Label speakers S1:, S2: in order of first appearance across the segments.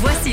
S1: Voici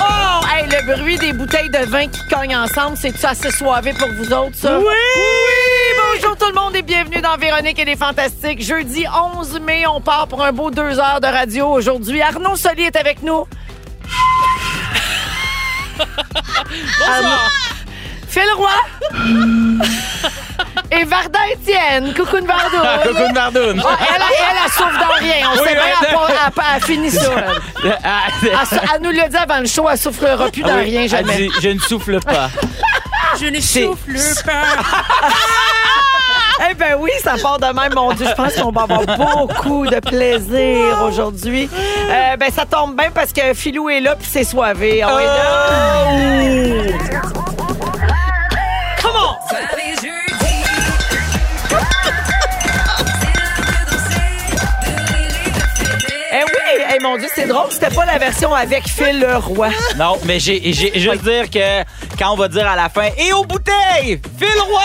S2: Oh! Hey, le bruit des bouteilles de vin qui cognent ensemble, c'est-tu assez soivé pour vous autres, ça? Oui! Bonjour tout le monde et bienvenue dans Véronique et les Fantastiques. Jeudi 11 mai, on part pour un beau deux heures de radio aujourd'hui. Arnaud Soli est avec nous. Bonsoir. Phil Roy. et Varda Étienne. Coucou de Vardoune.
S3: Coucou de Bardoune.
S2: Ah, elle, elle, elle souffre dans rien. On
S3: Oui,
S2: sait bien,
S3: elle-
S2: elle, a pas- elle a pas- elle finit ça. elle.
S3: Ah,
S2: Elle, sou- elle nous le dit avant le show, elle souffrera plus dans
S3: oui,
S2: rien
S3: elle
S2: jamais.
S3: dit, je ne souffle pas.
S4: Je ne
S3: C'est-
S4: souffle pas.
S2: Eh ben oui, ça part de même, mon Dieu. Je pense qu'on va avoir beaucoup de plaisir aujourd'hui. Euh, ben ça tombe bien parce que Philou est là puis c'est soivé. Ah On est là. Oh! Come on! Eh oui, eh mon Dieu, c'est drôle. C'était pas la version avec Phil le roi.
S3: Non, mais j'ai, j'ai juste dire que quand on va dire à la fin et aux bouteilles, file roi.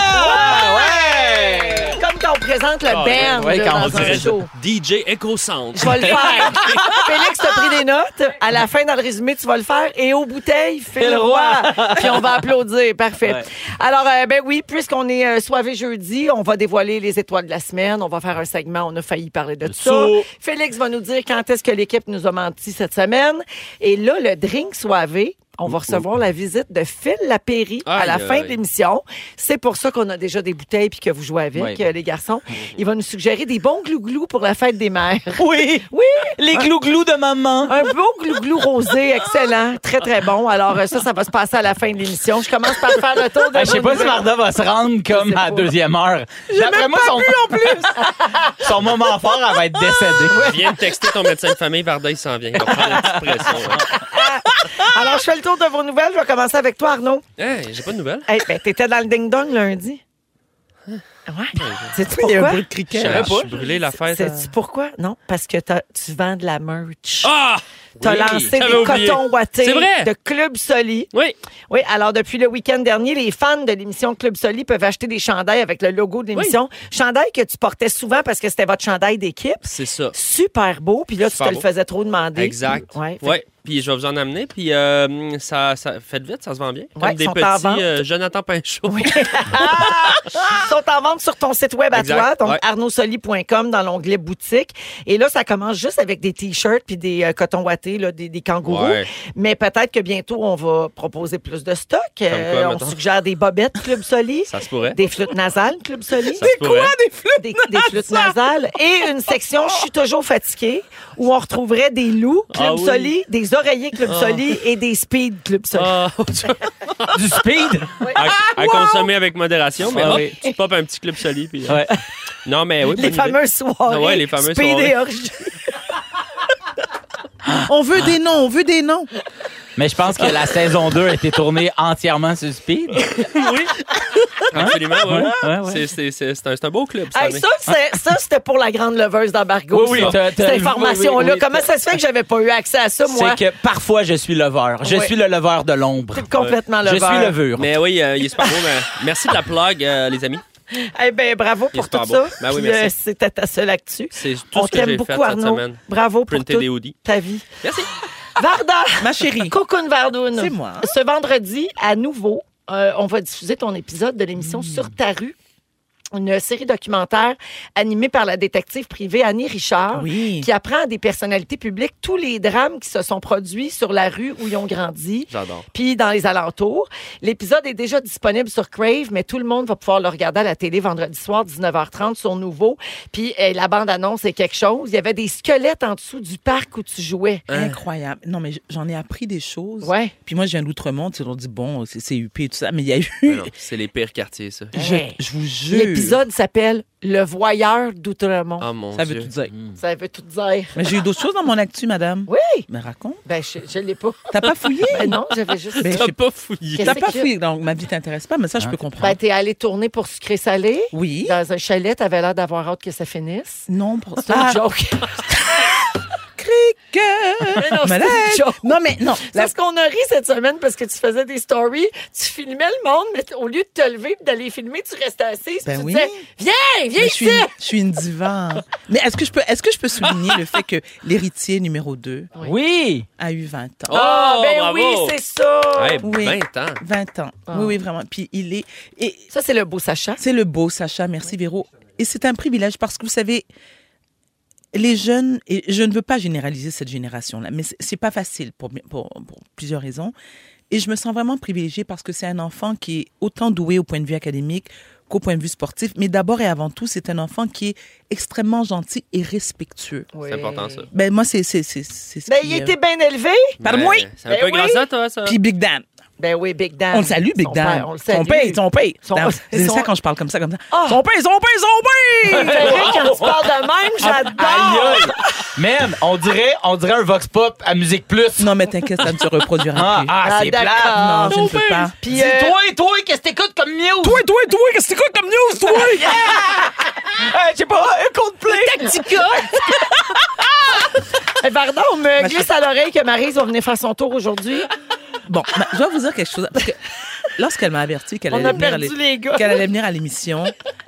S3: Ouais.
S2: Comme quand on présente le
S3: Ah, ouais,
S2: band
S3: ouais,
S2: là,
S3: quand on
S2: dans un
S3: dirait
S2: show.
S4: DJ Echo Sound.
S2: Tu vas le faire. Félix, t'as pris des notes. À la fin, dans le résumé, tu vas le faire. Et aux bouteilles, fais le roi. Puis on va applaudir. Parfait.
S3: Ouais.
S2: Alors, euh, ben oui, puisqu'on est euh, soivé jeudi, on va dévoiler les étoiles de la semaine. On va faire un segment. On a failli parler de ça.
S3: saut.
S2: Félix va nous dire quand est-ce que l'équipe nous a menti cette semaine. Et là, le drink soivé. On va recevoir la visite de Phil Lapéry à
S4: Aïe,
S2: la fin
S4: aïe.
S2: de l'émission. C'est pour ça qu'on a déjà des bouteilles puis que vous jouez avec,
S3: Oui.
S2: euh, les garçons. Il va nous suggérer des bons glouglous pour la fête des mères.
S3: Oui.
S2: Oui,
S3: Les glouglous de maman.
S2: un beau glouglou rosé, excellent, très très bon. Alors euh, ça, ça va se passer à la fin de l'émission. Je commence par faire le tour de.
S3: Ah, je sais
S2: nos
S3: pas si
S2: nouvelles.
S3: Marda va se rendre
S2: sais
S3: comme à
S2: pas.
S3: deuxième heure. D'après moi, son, son moment fort, elle va être décédée.
S4: Viens de texter ton médecin de famille, Varda, il s'en vient. Il va prendre une petite pression. hein.
S3: Ah!
S2: Alors je fais le tour de vos nouvelles. Je vais commencer avec toi, Arnaud.
S4: Hey, j'ai pas de nouvelles.
S2: Hey, ben t'étais dans le ding dong lundi.
S3: Hein?
S2: Ouais. Sais-tu pourquoi?
S4: Je savais pas. Je suis brûlé la fête.
S2: Sais-tu pourquoi? Non, parce que t'as- tu vends de la merch.
S4: Ah!
S2: T'as
S4: Oui,
S2: lancé
S4: j'avais
S2: des
S4: oublié.
S2: cotons wattés
S4: C'est vrai.
S2: de Club Soli.
S4: Oui.
S2: Oui, alors depuis le week-end dernier, les fans de l'émission Club Soli peuvent acheter des chandails avec le logo de l'émission. Chandail que tu portais souvent parce que c'était votre chandail d'équipe.
S4: C'est ça.
S2: Super beau, puis là, tu
S4: Super
S2: te le
S4: beau.
S2: faisais trop demander.
S4: Exact.
S2: Ouais, fait-
S4: Ouais. Puis je vais vous en amener. Puis euh, ça, ça, faites vite, ça se vend bien. Comme
S2: Ouais,
S4: des
S2: ils sont en vente.
S4: petits euh, Jonathan Pinchot.
S2: Ils sont en vente sur ton site web à
S4: Ah! Exact,
S2: toi, donc
S4: ouais.
S2: arnaudsoli.com dans l'onglet boutique. Et là, ça commence juste avec des t-shirts puis des euh, cotons wattés, là, des, des kangourous.
S4: Ouais.
S2: Mais peut-être que bientôt, on va proposer plus de stock. Euh, on
S4: mettons?
S2: suggère des bobettes Club Soli.
S4: Ça se pourrait.
S2: Des flûtes nasales, Club Soli.
S4: Ça se pourrait.
S2: des, des flûtes nasales et une section Je suis toujours fatiguée où on retrouverait des loups Club
S4: Ah oui.
S2: Soli, des oreillers Club Soli et des speed Club Soli.
S4: Ah, tu-
S3: Du speed.
S4: à, à consommer avec modération, mais
S3: Ah
S4: hop,
S3: oui.
S4: tu popes un petit clip soli. Puis, euh,
S3: Ouais.
S4: Non, mais oui.
S2: les
S4: bonne idée.
S2: fameuses soirées.
S4: Ah ouais, les fameuses
S2: speed
S4: soirées.
S2: et orgie.
S5: On veut des noms, on veut des noms.
S3: Mais je pense que la saison 2 a été tournée entièrement sur speed. Hein?
S4: Oui. Absolument, oui.
S3: Ouais, ouais, ouais.
S4: C'est- c'est- C'est c'est un, c'est un beau club. cette
S2: Hey,
S4: année.
S2: ça, c'est- ça, c'était pour la grande leveuse d'embargo.
S3: Oui, oui,
S2: ça.
S3: t'as- t'as-
S2: Cette information-là.
S3: oui, oui, oui,
S2: Comment ça se fait que j'avais pas eu accès à ça, moi?
S3: C'est que parfois, je suis leveur. Je
S2: Ouais.
S3: suis le leveur de l'ombre.
S2: C'est complètement
S3: Je
S2: leveur.
S3: suis levure.
S4: Mais oui, euh, il est super beau. mais Merci de la plug, euh, les amis.
S2: Eh ben, bravo pour
S4: super
S2: tout
S4: beau.
S2: ça.
S4: Ben oui,
S2: Puis, euh,
S4: merci.
S2: C'était ta seule actu.
S4: C'est tout
S2: On
S4: ce que
S2: t'aime
S4: j'ai fait
S2: beaucoup,
S4: cette
S2: Arnaud.
S4: semaine.
S2: Bravo pour
S4: Printer des
S2: toute
S4: hoodies.
S2: ta vie.
S4: Merci.
S2: Varda!
S5: Ma chérie.
S2: Cocoon Vardoune.
S5: C'est moi.
S2: Ce vendredi, à nouveau, euh, on va diffuser ton épisode de l'émission
S5: Mm.
S2: Sur ta rue. Une série documentaire animée par la détective privée Annie Richard,
S5: Oui.
S2: qui apprend à des personnalités publiques tous les drames qui se sont produits sur la rue où ils ont grandi,
S4: J'adore.
S2: puis dans les alentours. L'épisode est déjà disponible sur Crave, mais tout le monde va pouvoir le regarder à la télé vendredi soir, 19h30, sur Nouveau. Puis eh, la bande-annonce est quelque chose. Il y avait des squelettes en dessous du parc où tu jouais.
S5: Hein? Incroyable. Non, mais j'en ai appris des choses.
S2: Ouais.
S5: Puis moi, je viens d'Outremont, ils ont dit, bon, c'est c'est UP et tout ça, mais il y a
S4: Mais
S5: eu.
S4: non, C'est les pires quartiers, ça.
S5: Je,
S2: Ouais.
S5: je vous jure.
S2: L'épisode s'appelle Le voyeur d'Outremont.
S4: Ah mon
S5: Ça veut
S4: Dieu.
S5: tout dire.
S2: Ça veut tout dire.
S5: Mais j'ai eu d'autres choses dans mon actu, madame.
S2: Mm. Oui!
S5: Mais raconte.
S2: Ben, je, je l'ai pas.
S5: T'as pas fouillé?
S2: Ben non, j'avais juste.
S5: Ben,
S4: T'as
S5: je-
S4: pas fouillé. Hein?
S2: Qu'est-ce
S5: T'as pas
S2: que-
S5: fouillé, donc ma vie t'intéresse pas, mais ça, je peux
S2: Ben,
S5: comprendre.
S2: t'es allé tourner pour sucré salé
S5: Oui.
S2: dans un chalet. T'avais l'air d'avoir hâte que ça finisse.
S5: Non, pour
S2: C'est une joke. Mais non, c'est
S5: Malade.
S2: une joke.
S5: Non, mais non.
S2: C'est
S5: La-
S2: ce qu'on a ri cette semaine parce que tu faisais des stories, tu filmais le monde, mais au lieu de te lever et d'aller filmer, tu restais assise.
S5: Ben
S2: tu
S5: oui.
S2: disais, viens, viens
S5: mais je,
S2: ici.
S5: suis, je suis une diva. mais est-ce que je peux, est-ce que je peux souligner le fait que l'héritier numéro 2
S3: Oui.
S5: a eu 20 ans?
S4: Oh,
S2: Ah, ben
S4: bravo.
S2: oui, c'est ça.
S4: Ouais,
S5: Oui.
S4: 20 ans.
S5: 20 ans.
S2: Ah.
S5: Oui, oui, vraiment. Puis il est, et
S2: Ça, c'est le beau Sacha.
S5: c'est le beau Sacha. Merci Véro. Et c'est un privilège parce que vous savez, les jeunes, et je ne veux pas généraliser cette génération-là, mais c'est- c'est pas facile pour, pour, pour plusieurs raisons. Et je me sens vraiment privilégiée parce que c'est un enfant qui est autant doué au point de vue académique qu'au point de vue sportif. Mais d'abord et avant tout, c'est un enfant qui est extrêmement gentil et respectueux.
S2: euh,
S4: C'est important, ça.
S5: Ben moi, c'est c'est c'est c'est. ce
S2: Ben,
S5: qui,
S2: il
S5: euh,
S2: était bien élevé.
S5: Par
S4: Ouais,
S5: moi.
S4: Ça veut
S2: Ben
S4: pas
S2: oui.
S4: grâce à toi, ça.
S5: Puis Big Dan.
S2: Ben oui, Big Dan.
S5: On le salue, Big
S2: Son
S5: Dan.
S2: père, on le salue.
S5: Son paye, son paye.
S2: Son-
S5: Dan, Vous aimez
S2: son-
S5: ça quand je parle comme ça, comme ça.
S2: Ah!
S5: Son paye, son paye, son paye!
S2: C'est vrai, quand tu parles de même,
S3: Aïe,
S2: j'adore.
S3: aïe. Man, on dirait, on dirait un Vox Pop à Musique Plus.
S5: Non, mais t'inquiète, ça ne se reproduira
S3: Ah,
S5: plus.
S3: ah,
S2: Ah,
S3: c'est
S2: d'accord.
S3: plat.
S5: Non, je ne
S3: Ton
S5: peux pas.
S2: Puis, euh,
S3: Toi, toi, qu'est-ce que t'écoutes comme news?
S5: Toi, toi, toi, qu'est-ce que t'écoutes comme news, toi?
S3: Euh, je sais pas, un Coldplay.
S2: eh, pardon, on me glisse à l'oreille que Maryse va venir faire son tour aujourd'hui.
S5: Bon, ben, je dois vous dire quelque chose. Parce que lorsqu'elle m'a averti qu'elle
S2: On
S5: allait,
S2: a
S5: venir à
S2: perdu
S5: l'é-
S2: les gars.
S5: qu'elle allait venir à l'émission,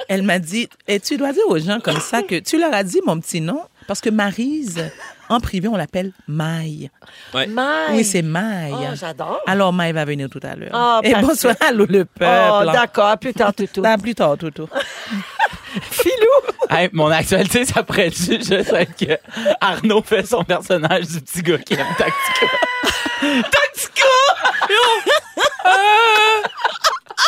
S5: elle m'a dit Et tu dois dire aux gens comme ça que tu leur as dit mon petit nom, parce que Marise, en privé, on l'appelle Maï.
S2: Maï.
S5: Oui, c'est Maï.
S2: Oh, j'adore.
S4: Ah.
S5: Alors, Maï va venir tout à l'heure.
S2: Ah,
S5: Et
S2: parfait.
S5: bonsoir, allô le peuple.
S2: Oh, d'accord, à plus tard, toutou.
S5: À plus tard, Toto.
S2: Filou.
S3: Hey, mon actualité s'apprête je sais que euh, Arnaud fait son personnage du petit gars qui aime Tactica.
S4: Euh.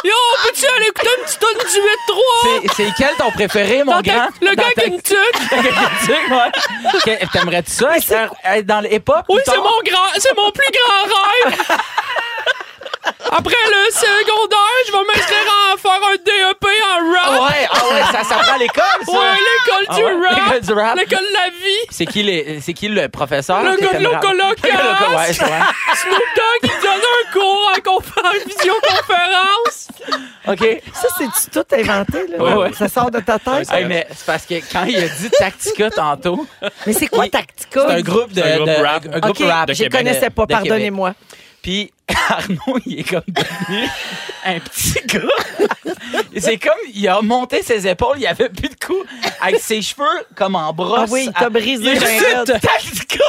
S4: Yo, peux-tu aller écouter un petit tonne du 8 3
S3: C'est- C'est quel ton préféré, mon grand?
S4: Le
S3: Dans
S4: gars qui a
S3: Tac-
S4: une tuque.
S3: Le gars qui a une tuque, ouais. Que- T'aimerais-tu ça être, être dans le hip-hop?
S4: Oui,
S3: plus
S4: c'est
S3: tard?
S4: mon grand, c'est mon plus grand rêve. Après le secondaire, je vais m'inscrire à faire un DEP en
S3: Ah
S4: rap.
S3: ouais, ah ouais, ça s'apprend à l'école, ça.
S4: Ouais, l'école
S3: Ah
S4: du
S3: ouais, l'école
S4: rap.
S3: du rap.
S4: L'école de la vie.
S3: C'est qui, les- c'est qui le professeur?
S4: Le
S3: que
S4: gars de
S3: t'aimerais-
S4: l'Ocolocasse.
S3: Le gars de l'Ocolocasse, ouais.
S4: Snoop Dogg, il donne un cours en conférence, visioconférence.
S3: OK.
S2: Ça, c'est-tu tout inventé, là?
S3: Ouais, ouais.
S2: Ça sort de ta tête?
S3: Hey, mais c'est parce que quand il a dit Tactica tantôt,
S2: Mais c'est quoi Tactica?
S3: c'est un groupe de,
S4: C'est un groupe
S3: de-
S4: rap.
S3: un groupe
S2: OK,
S3: rap de
S2: je
S3: Québec.
S2: connaissais pas,
S3: De Québec.
S2: pardonnez-moi.
S3: Puis Arnaud, il est comme devenu un petit gars. Et c'est comme, il a monté ses épaules, il avait plus de cou, avec ses cheveux comme en brosse.
S2: Ah oui, il t'a
S3: Ah,
S2: brisé
S3: il est
S2: ben
S3: juste
S2: raide.
S3: tactico.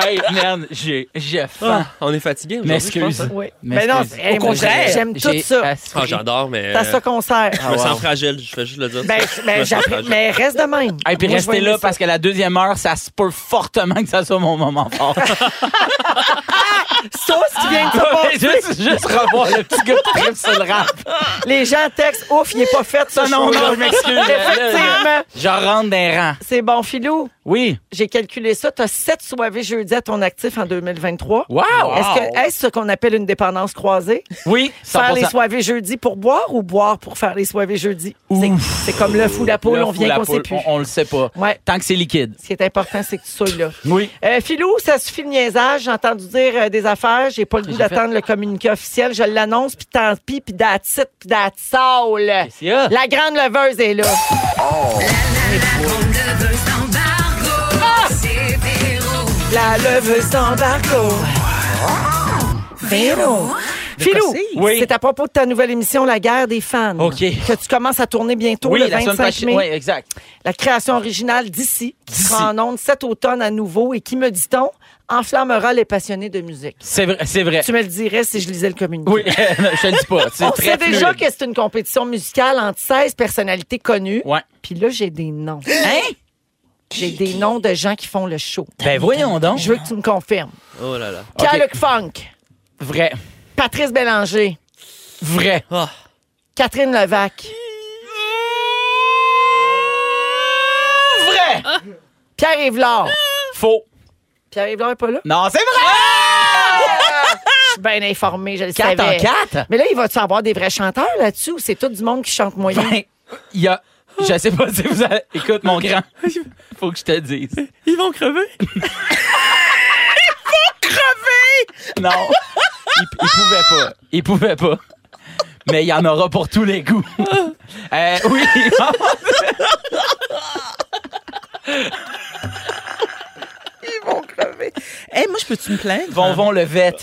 S3: hey, man, j'ai, j'ai faim.
S4: Ah, on est fatigué hein?
S3: M'excuse.
S2: Oui. Mais
S3: M'excuse.
S2: non, c'est- hey,
S3: Au
S2: Eh, moi,
S3: contraire,
S2: j'aime tout
S3: j'ai
S2: ça.
S3: assez-
S4: Ah, j'adore, mais.
S2: T'as ça concert.
S4: Je me
S3: Ah, wow.
S4: sens fragile, je fais juste le dire.
S2: Ben,
S4: Je
S2: ben,
S4: me sens
S2: j'appuie-
S4: fragile.
S2: mais reste de même. Moi,
S3: Hey, puis
S2: je vais
S3: restez là
S2: aimer ça.
S3: parce que la deuxième heure, ça se peut fortement que ça soit mon moment fort.
S2: Ça, ce qui vient de se passer,
S3: Ah, juste, juste revoir le petit gars qui tripe sur le rap.
S2: les gens textent, ouf, il est pas fait, ça.
S3: Non, non, je m'excuse.
S2: Effectivement.
S3: Je rentre d'un rang.
S2: C'est bon, Filou.
S3: Oui.
S2: J'ai calculé ça. Tu as sept soirées jeudi à ton actif en 2023.
S3: Wow!
S2: Est-ce que- est-ce ce qu'on appelle une dépendance croisée?
S3: Oui,
S2: Faire les
S3: 100%.
S2: soirées jeudi pour boire ou boire pour faire les soirées jeudi? C'est- C'est comme le fou la poule,
S3: Le
S2: on
S3: fou,
S2: vient
S3: la
S2: qu'on sait
S3: poule,
S2: plus.
S3: On, on le sait pas.
S2: Ouais.
S3: Tant que c'est liquide.
S2: Ce qui est important, c'est que tu sois là.
S3: Oui.
S2: Euh, Philou, ça suffit le niaisage. J'ai entendu dire euh, des affaires. J'ai pas le goût
S3: J'ai euh,
S2: d'attendre le communiqué officiel. Je l'annonce, puis tant pis, puis that's it, puis that's all.
S3: qu'il y a?
S2: La grande leveuse est là.
S6: Oh.
S2: La leveuse d'embargo. Véro. Philou,
S5: Décossé.
S3: Oui.
S2: c'est à propos de ta nouvelle émission La guerre des fans.
S3: OK.
S2: Que tu commences à tourner bientôt
S3: oui,
S2: le
S3: la semaine
S2: 25 mai.
S3: prochaine. Oui, exact.
S2: La création originale d'ici, qui sera en ondes cet automne à nouveau et qui, me dit-on, enflammera les passionnés de musique.
S3: C'est vrai. C'est vrai.
S2: Tu me le dirais si je lisais le communiqué.
S3: Oui, je te le dis pas. C'est
S2: On
S3: très
S2: sait déjà
S3: fluide.
S2: que c'est une compétition musicale entre 16 personnalités connues.
S3: Ouais.
S2: Puis là, j'ai des noms.
S3: Hein?
S2: J'ai des noms de gens qui font le show.
S3: Ben voyons donc.
S2: Je veux que tu me confirmes.
S4: Oh là là.
S3: OK.
S2: Pierre-Luc Funk,
S3: Vrai.
S2: Patrice Bélanger, Ah.
S3: Vrai.
S2: Catherine Levac,
S3: Vrai.
S2: Ah. Pierre Évlard.
S3: Faux.
S2: Pierre Évlard est pas là? Ah!
S3: Non, c'est vrai.
S2: Je suis bien informée, je le savais.
S3: Quatre en quatre?
S2: Mais là, il va-tu avoir des vrais chanteurs là-dessus ou c'est tout du monde qui chante moyen?
S3: Ben, il y a. Je sais pas si vous avez. Écoute, mon grand, faut que je te dise.
S5: Ils vont crever.
S3: Non. Il, il pouvait pas. Il pouvait pas. Mais il y en aura pour tous les goûts. Euh, oui.
S5: Ils vont crever. Hé, moi, je peux-tu me plaindre?
S3: Von Von le vet.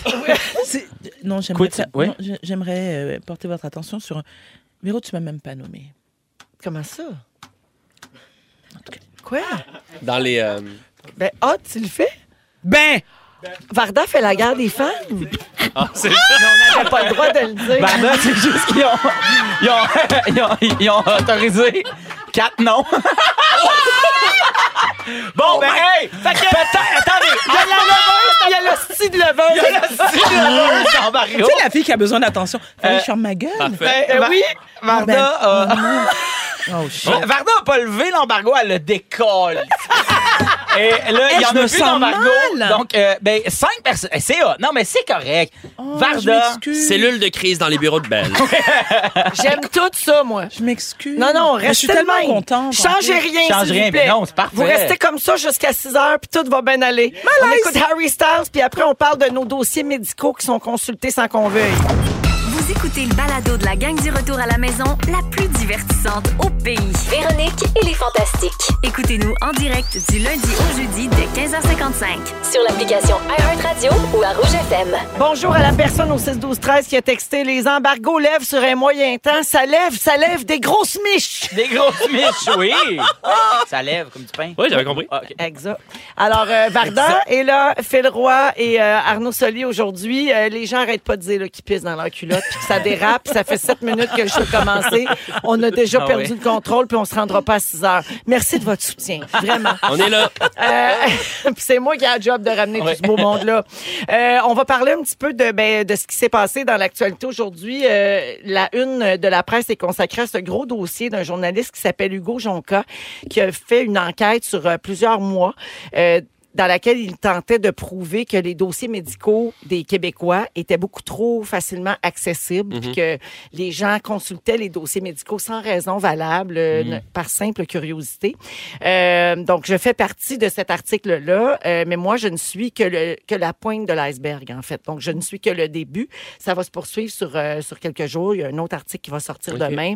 S5: C'est- Non, j'aimerais,
S3: Quid-
S5: faire-
S3: oui.
S5: non, je- j'aimerais euh, porter votre attention sur. un- Véro, tu m'as même pas nommé.
S2: Comment ça? Quoi?
S7: Dans les. euh,
S2: Ben, ah, tu le fais?
S5: Ben!
S2: Varda fait la guerre des femmes.
S7: Ah, c'est
S2: T'as pas le droit de le dire.
S3: Ben là, c'est juste qu'ils ont, ils ont, ils ont, ils ont autorisé quatre noms. bon, ben, hey! Peut-être, attendez!
S2: il y a la leveuse, puis il y a l'hostie de leveuse.
S3: Il y a la style de dans Ah! Mario. Euh,
S5: Tu sais, la fille qui a besoin d'attention. Fallait que Je ferme ma gueule. Ah ben,
S7: parfait.
S3: Ben,
S2: Eh,
S3: euh, oui, Varda a...
S5: Oh, shit.
S3: Varda n'a pas levé l'embargo, elle le décolle. Et là, il y
S5: Eh, je
S3: en a
S5: me
S3: plus
S5: sens
S3: d'embargo.
S5: mal.
S3: Donc, euh, ben, cinq personnes. Eh, C'est hot. Non, mais c'est correct.
S5: Oh, je
S3: Varda.
S5: m'excuse.
S7: Cellule de crise dans les bureaux de Belle.
S2: J'aime tout ça, moi.
S5: Je m'excuse.
S2: Non, non,
S5: Mais Je
S2: restez
S5: suis
S2: le
S5: tellement
S2: même.
S5: contente.
S2: Changez rien,
S3: Change
S2: s'il
S3: rien,
S2: vous plaît.
S3: mais non, c'est parfait.
S2: Vous restez comme ça jusqu'à 6 heures, puis tout va bien aller. On écoute Harry Styles, puis après, on parle de nos dossiers médicaux qui sont consultés sans qu'on veuille.
S1: Vous écoutez le balado de la gang du retour à la maison, la plus divertissante au pays.
S8: Véronique et les Fantastiques.
S1: Écoutez-nous en direct du lundi au jeudi dès 15h55.
S8: Sur l'application iHeartRadio ou à Rouge FM.
S2: Bonjour à la personne au 6-12-13 qui a texté « Les embargos lèvent sur un moyen temps. Ça lève, ça lève des grosses miches.
S3: Des grosses miches, oui.
S5: Ah.
S3: Ça lève comme du pain.
S7: Oui, j'avais compris.
S3: Ah, ok. »
S2: Exact. Alors, euh, Varda est là, Phil Roy et euh, Arnaud Soli aujourd'hui. Euh, les gens n'arrêtent pas de dire là, qu'ils pissent dans leur culotte, puis que ça dérape. puis ça fait sept minutes que le show a commencé. On a déjà
S3: Ah
S2: perdu
S3: oui.
S2: le contrôle, puis on se rendra pas à 6 heures. Merci de votre soutien, vraiment.
S7: On est là.
S2: Euh, puis c'est moi qui ai le job de ramener
S3: Ouais.
S2: tout ce beau monde-là. Euh, on va parler un petit peu de, ben, de ce qui s'est passé dans l'actualité aujourd'hui. Euh, la une de la presse est consacrée à ce gros dossier d'un journaliste qui s'appelle Hugo Jonca, qui a fait une enquête sur euh, plusieurs mois. euh, dans laquelle il tentait de prouver que les dossiers médicaux des Québécois étaient beaucoup trop facilement accessibles, puis que les gens consultaient les dossiers médicaux sans raison valable, euh, ne- par simple curiosité. Euh, donc, je fais partie de cet article-là, euh, mais moi, je ne suis que, le, que la pointe de l'iceberg, en fait. Donc, je ne suis que le début. Ça va se poursuivre sur, euh, sur quelques jours. Il y a un autre article qui va sortir demain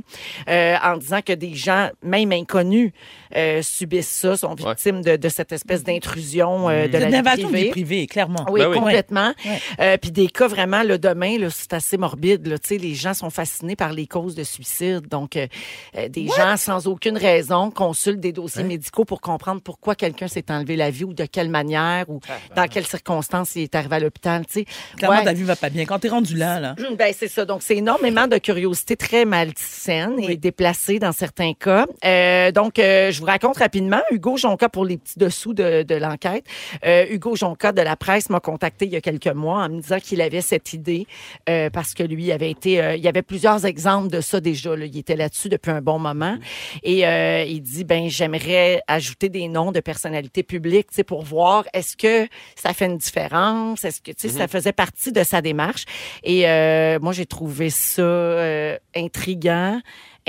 S2: euh, en disant que des gens, même inconnus, euh, subissent ça, sont victimes de, de cette espèce d'intrusion euh, de
S5: C'est
S2: la
S5: une
S2: vie
S5: invasion du
S2: privée.
S5: privé, clairement.
S2: Oui,
S7: Mm. Ben oui.
S2: complètement.
S5: Ouais.
S2: Euh, Puis des cas vraiment, le demain, là, c'est assez morbide. Là, Tu sais, les gens sont fascinés par les causes de suicide. Donc, euh, euh, des gens sans aucune raison consultent des dossiers médicaux pour comprendre pourquoi quelqu'un s'est enlevé la vie ou de quelle manière ou dans quelles circonstances il est arrivé à l'hôpital. Tu sais.
S5: Ah, ben Clairement,
S2: Ouais.
S5: ta vie va pas bien. Quand t'es rendu là, là.
S2: Ben, c'est ça. Donc, c'est énormément de curiosité très malsaine et déplacée dans certains cas. Euh, donc, euh, je vous raconte rapidement. Hugo Jonca, pour les petits dessous de, de l'enquête, euh, Hugo Jonca de la presse m'a contacté il y a quelques mois en me disant qu'il avait cette idée euh, parce que lui avait été... euh, il y avait plusieurs exemples de ça déjà. là. Il était là-dessus depuis un bon moment. Et euh, il dit, ben j'aimerais ajouter des noms de personnalités publiques tu sais, pour voir est-ce que ça fait une différence, est-ce que tu sais, ça faisait partie de sa démarche. Et euh, moi, j'ai trouvé ça euh, intriguant,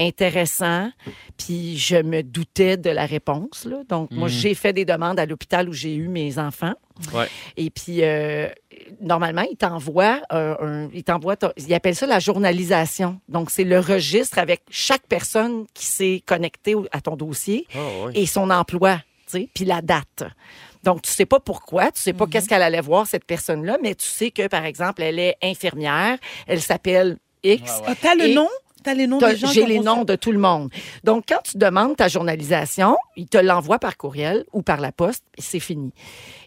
S2: intéressant, puis je me doutais de la réponse. Là. Donc, moi, j'ai fait des demandes à l'hôpital où j'ai eu mes enfants.
S7: Ouais.
S2: Et puis, euh, normalement, ils t'envoient, euh, un- ils t'envoient, ton- ils appellent ça la journalisation. Donc, c'est le registre avec chaque personne qui s'est connectée au- à ton dossier
S7: Oh, oui.
S2: et son emploi, tu sais, puis la date. Donc, tu sais pas pourquoi, tu sais pas qu'est-ce qu'elle allait voir, cette personne-là, mais tu sais que, par exemple, elle est infirmière, elle s'appelle X.
S5: Ah, T'as le
S2: Et-
S5: nom? T'as les noms
S2: T'as-
S5: des gens?
S2: J'ai
S5: qui
S2: les
S5: ont
S2: noms
S5: reçu-
S2: de tout le monde. Donc, quand tu demandes ta journalisation, ils te l'envoient par courriel ou par la poste, et c'est fini.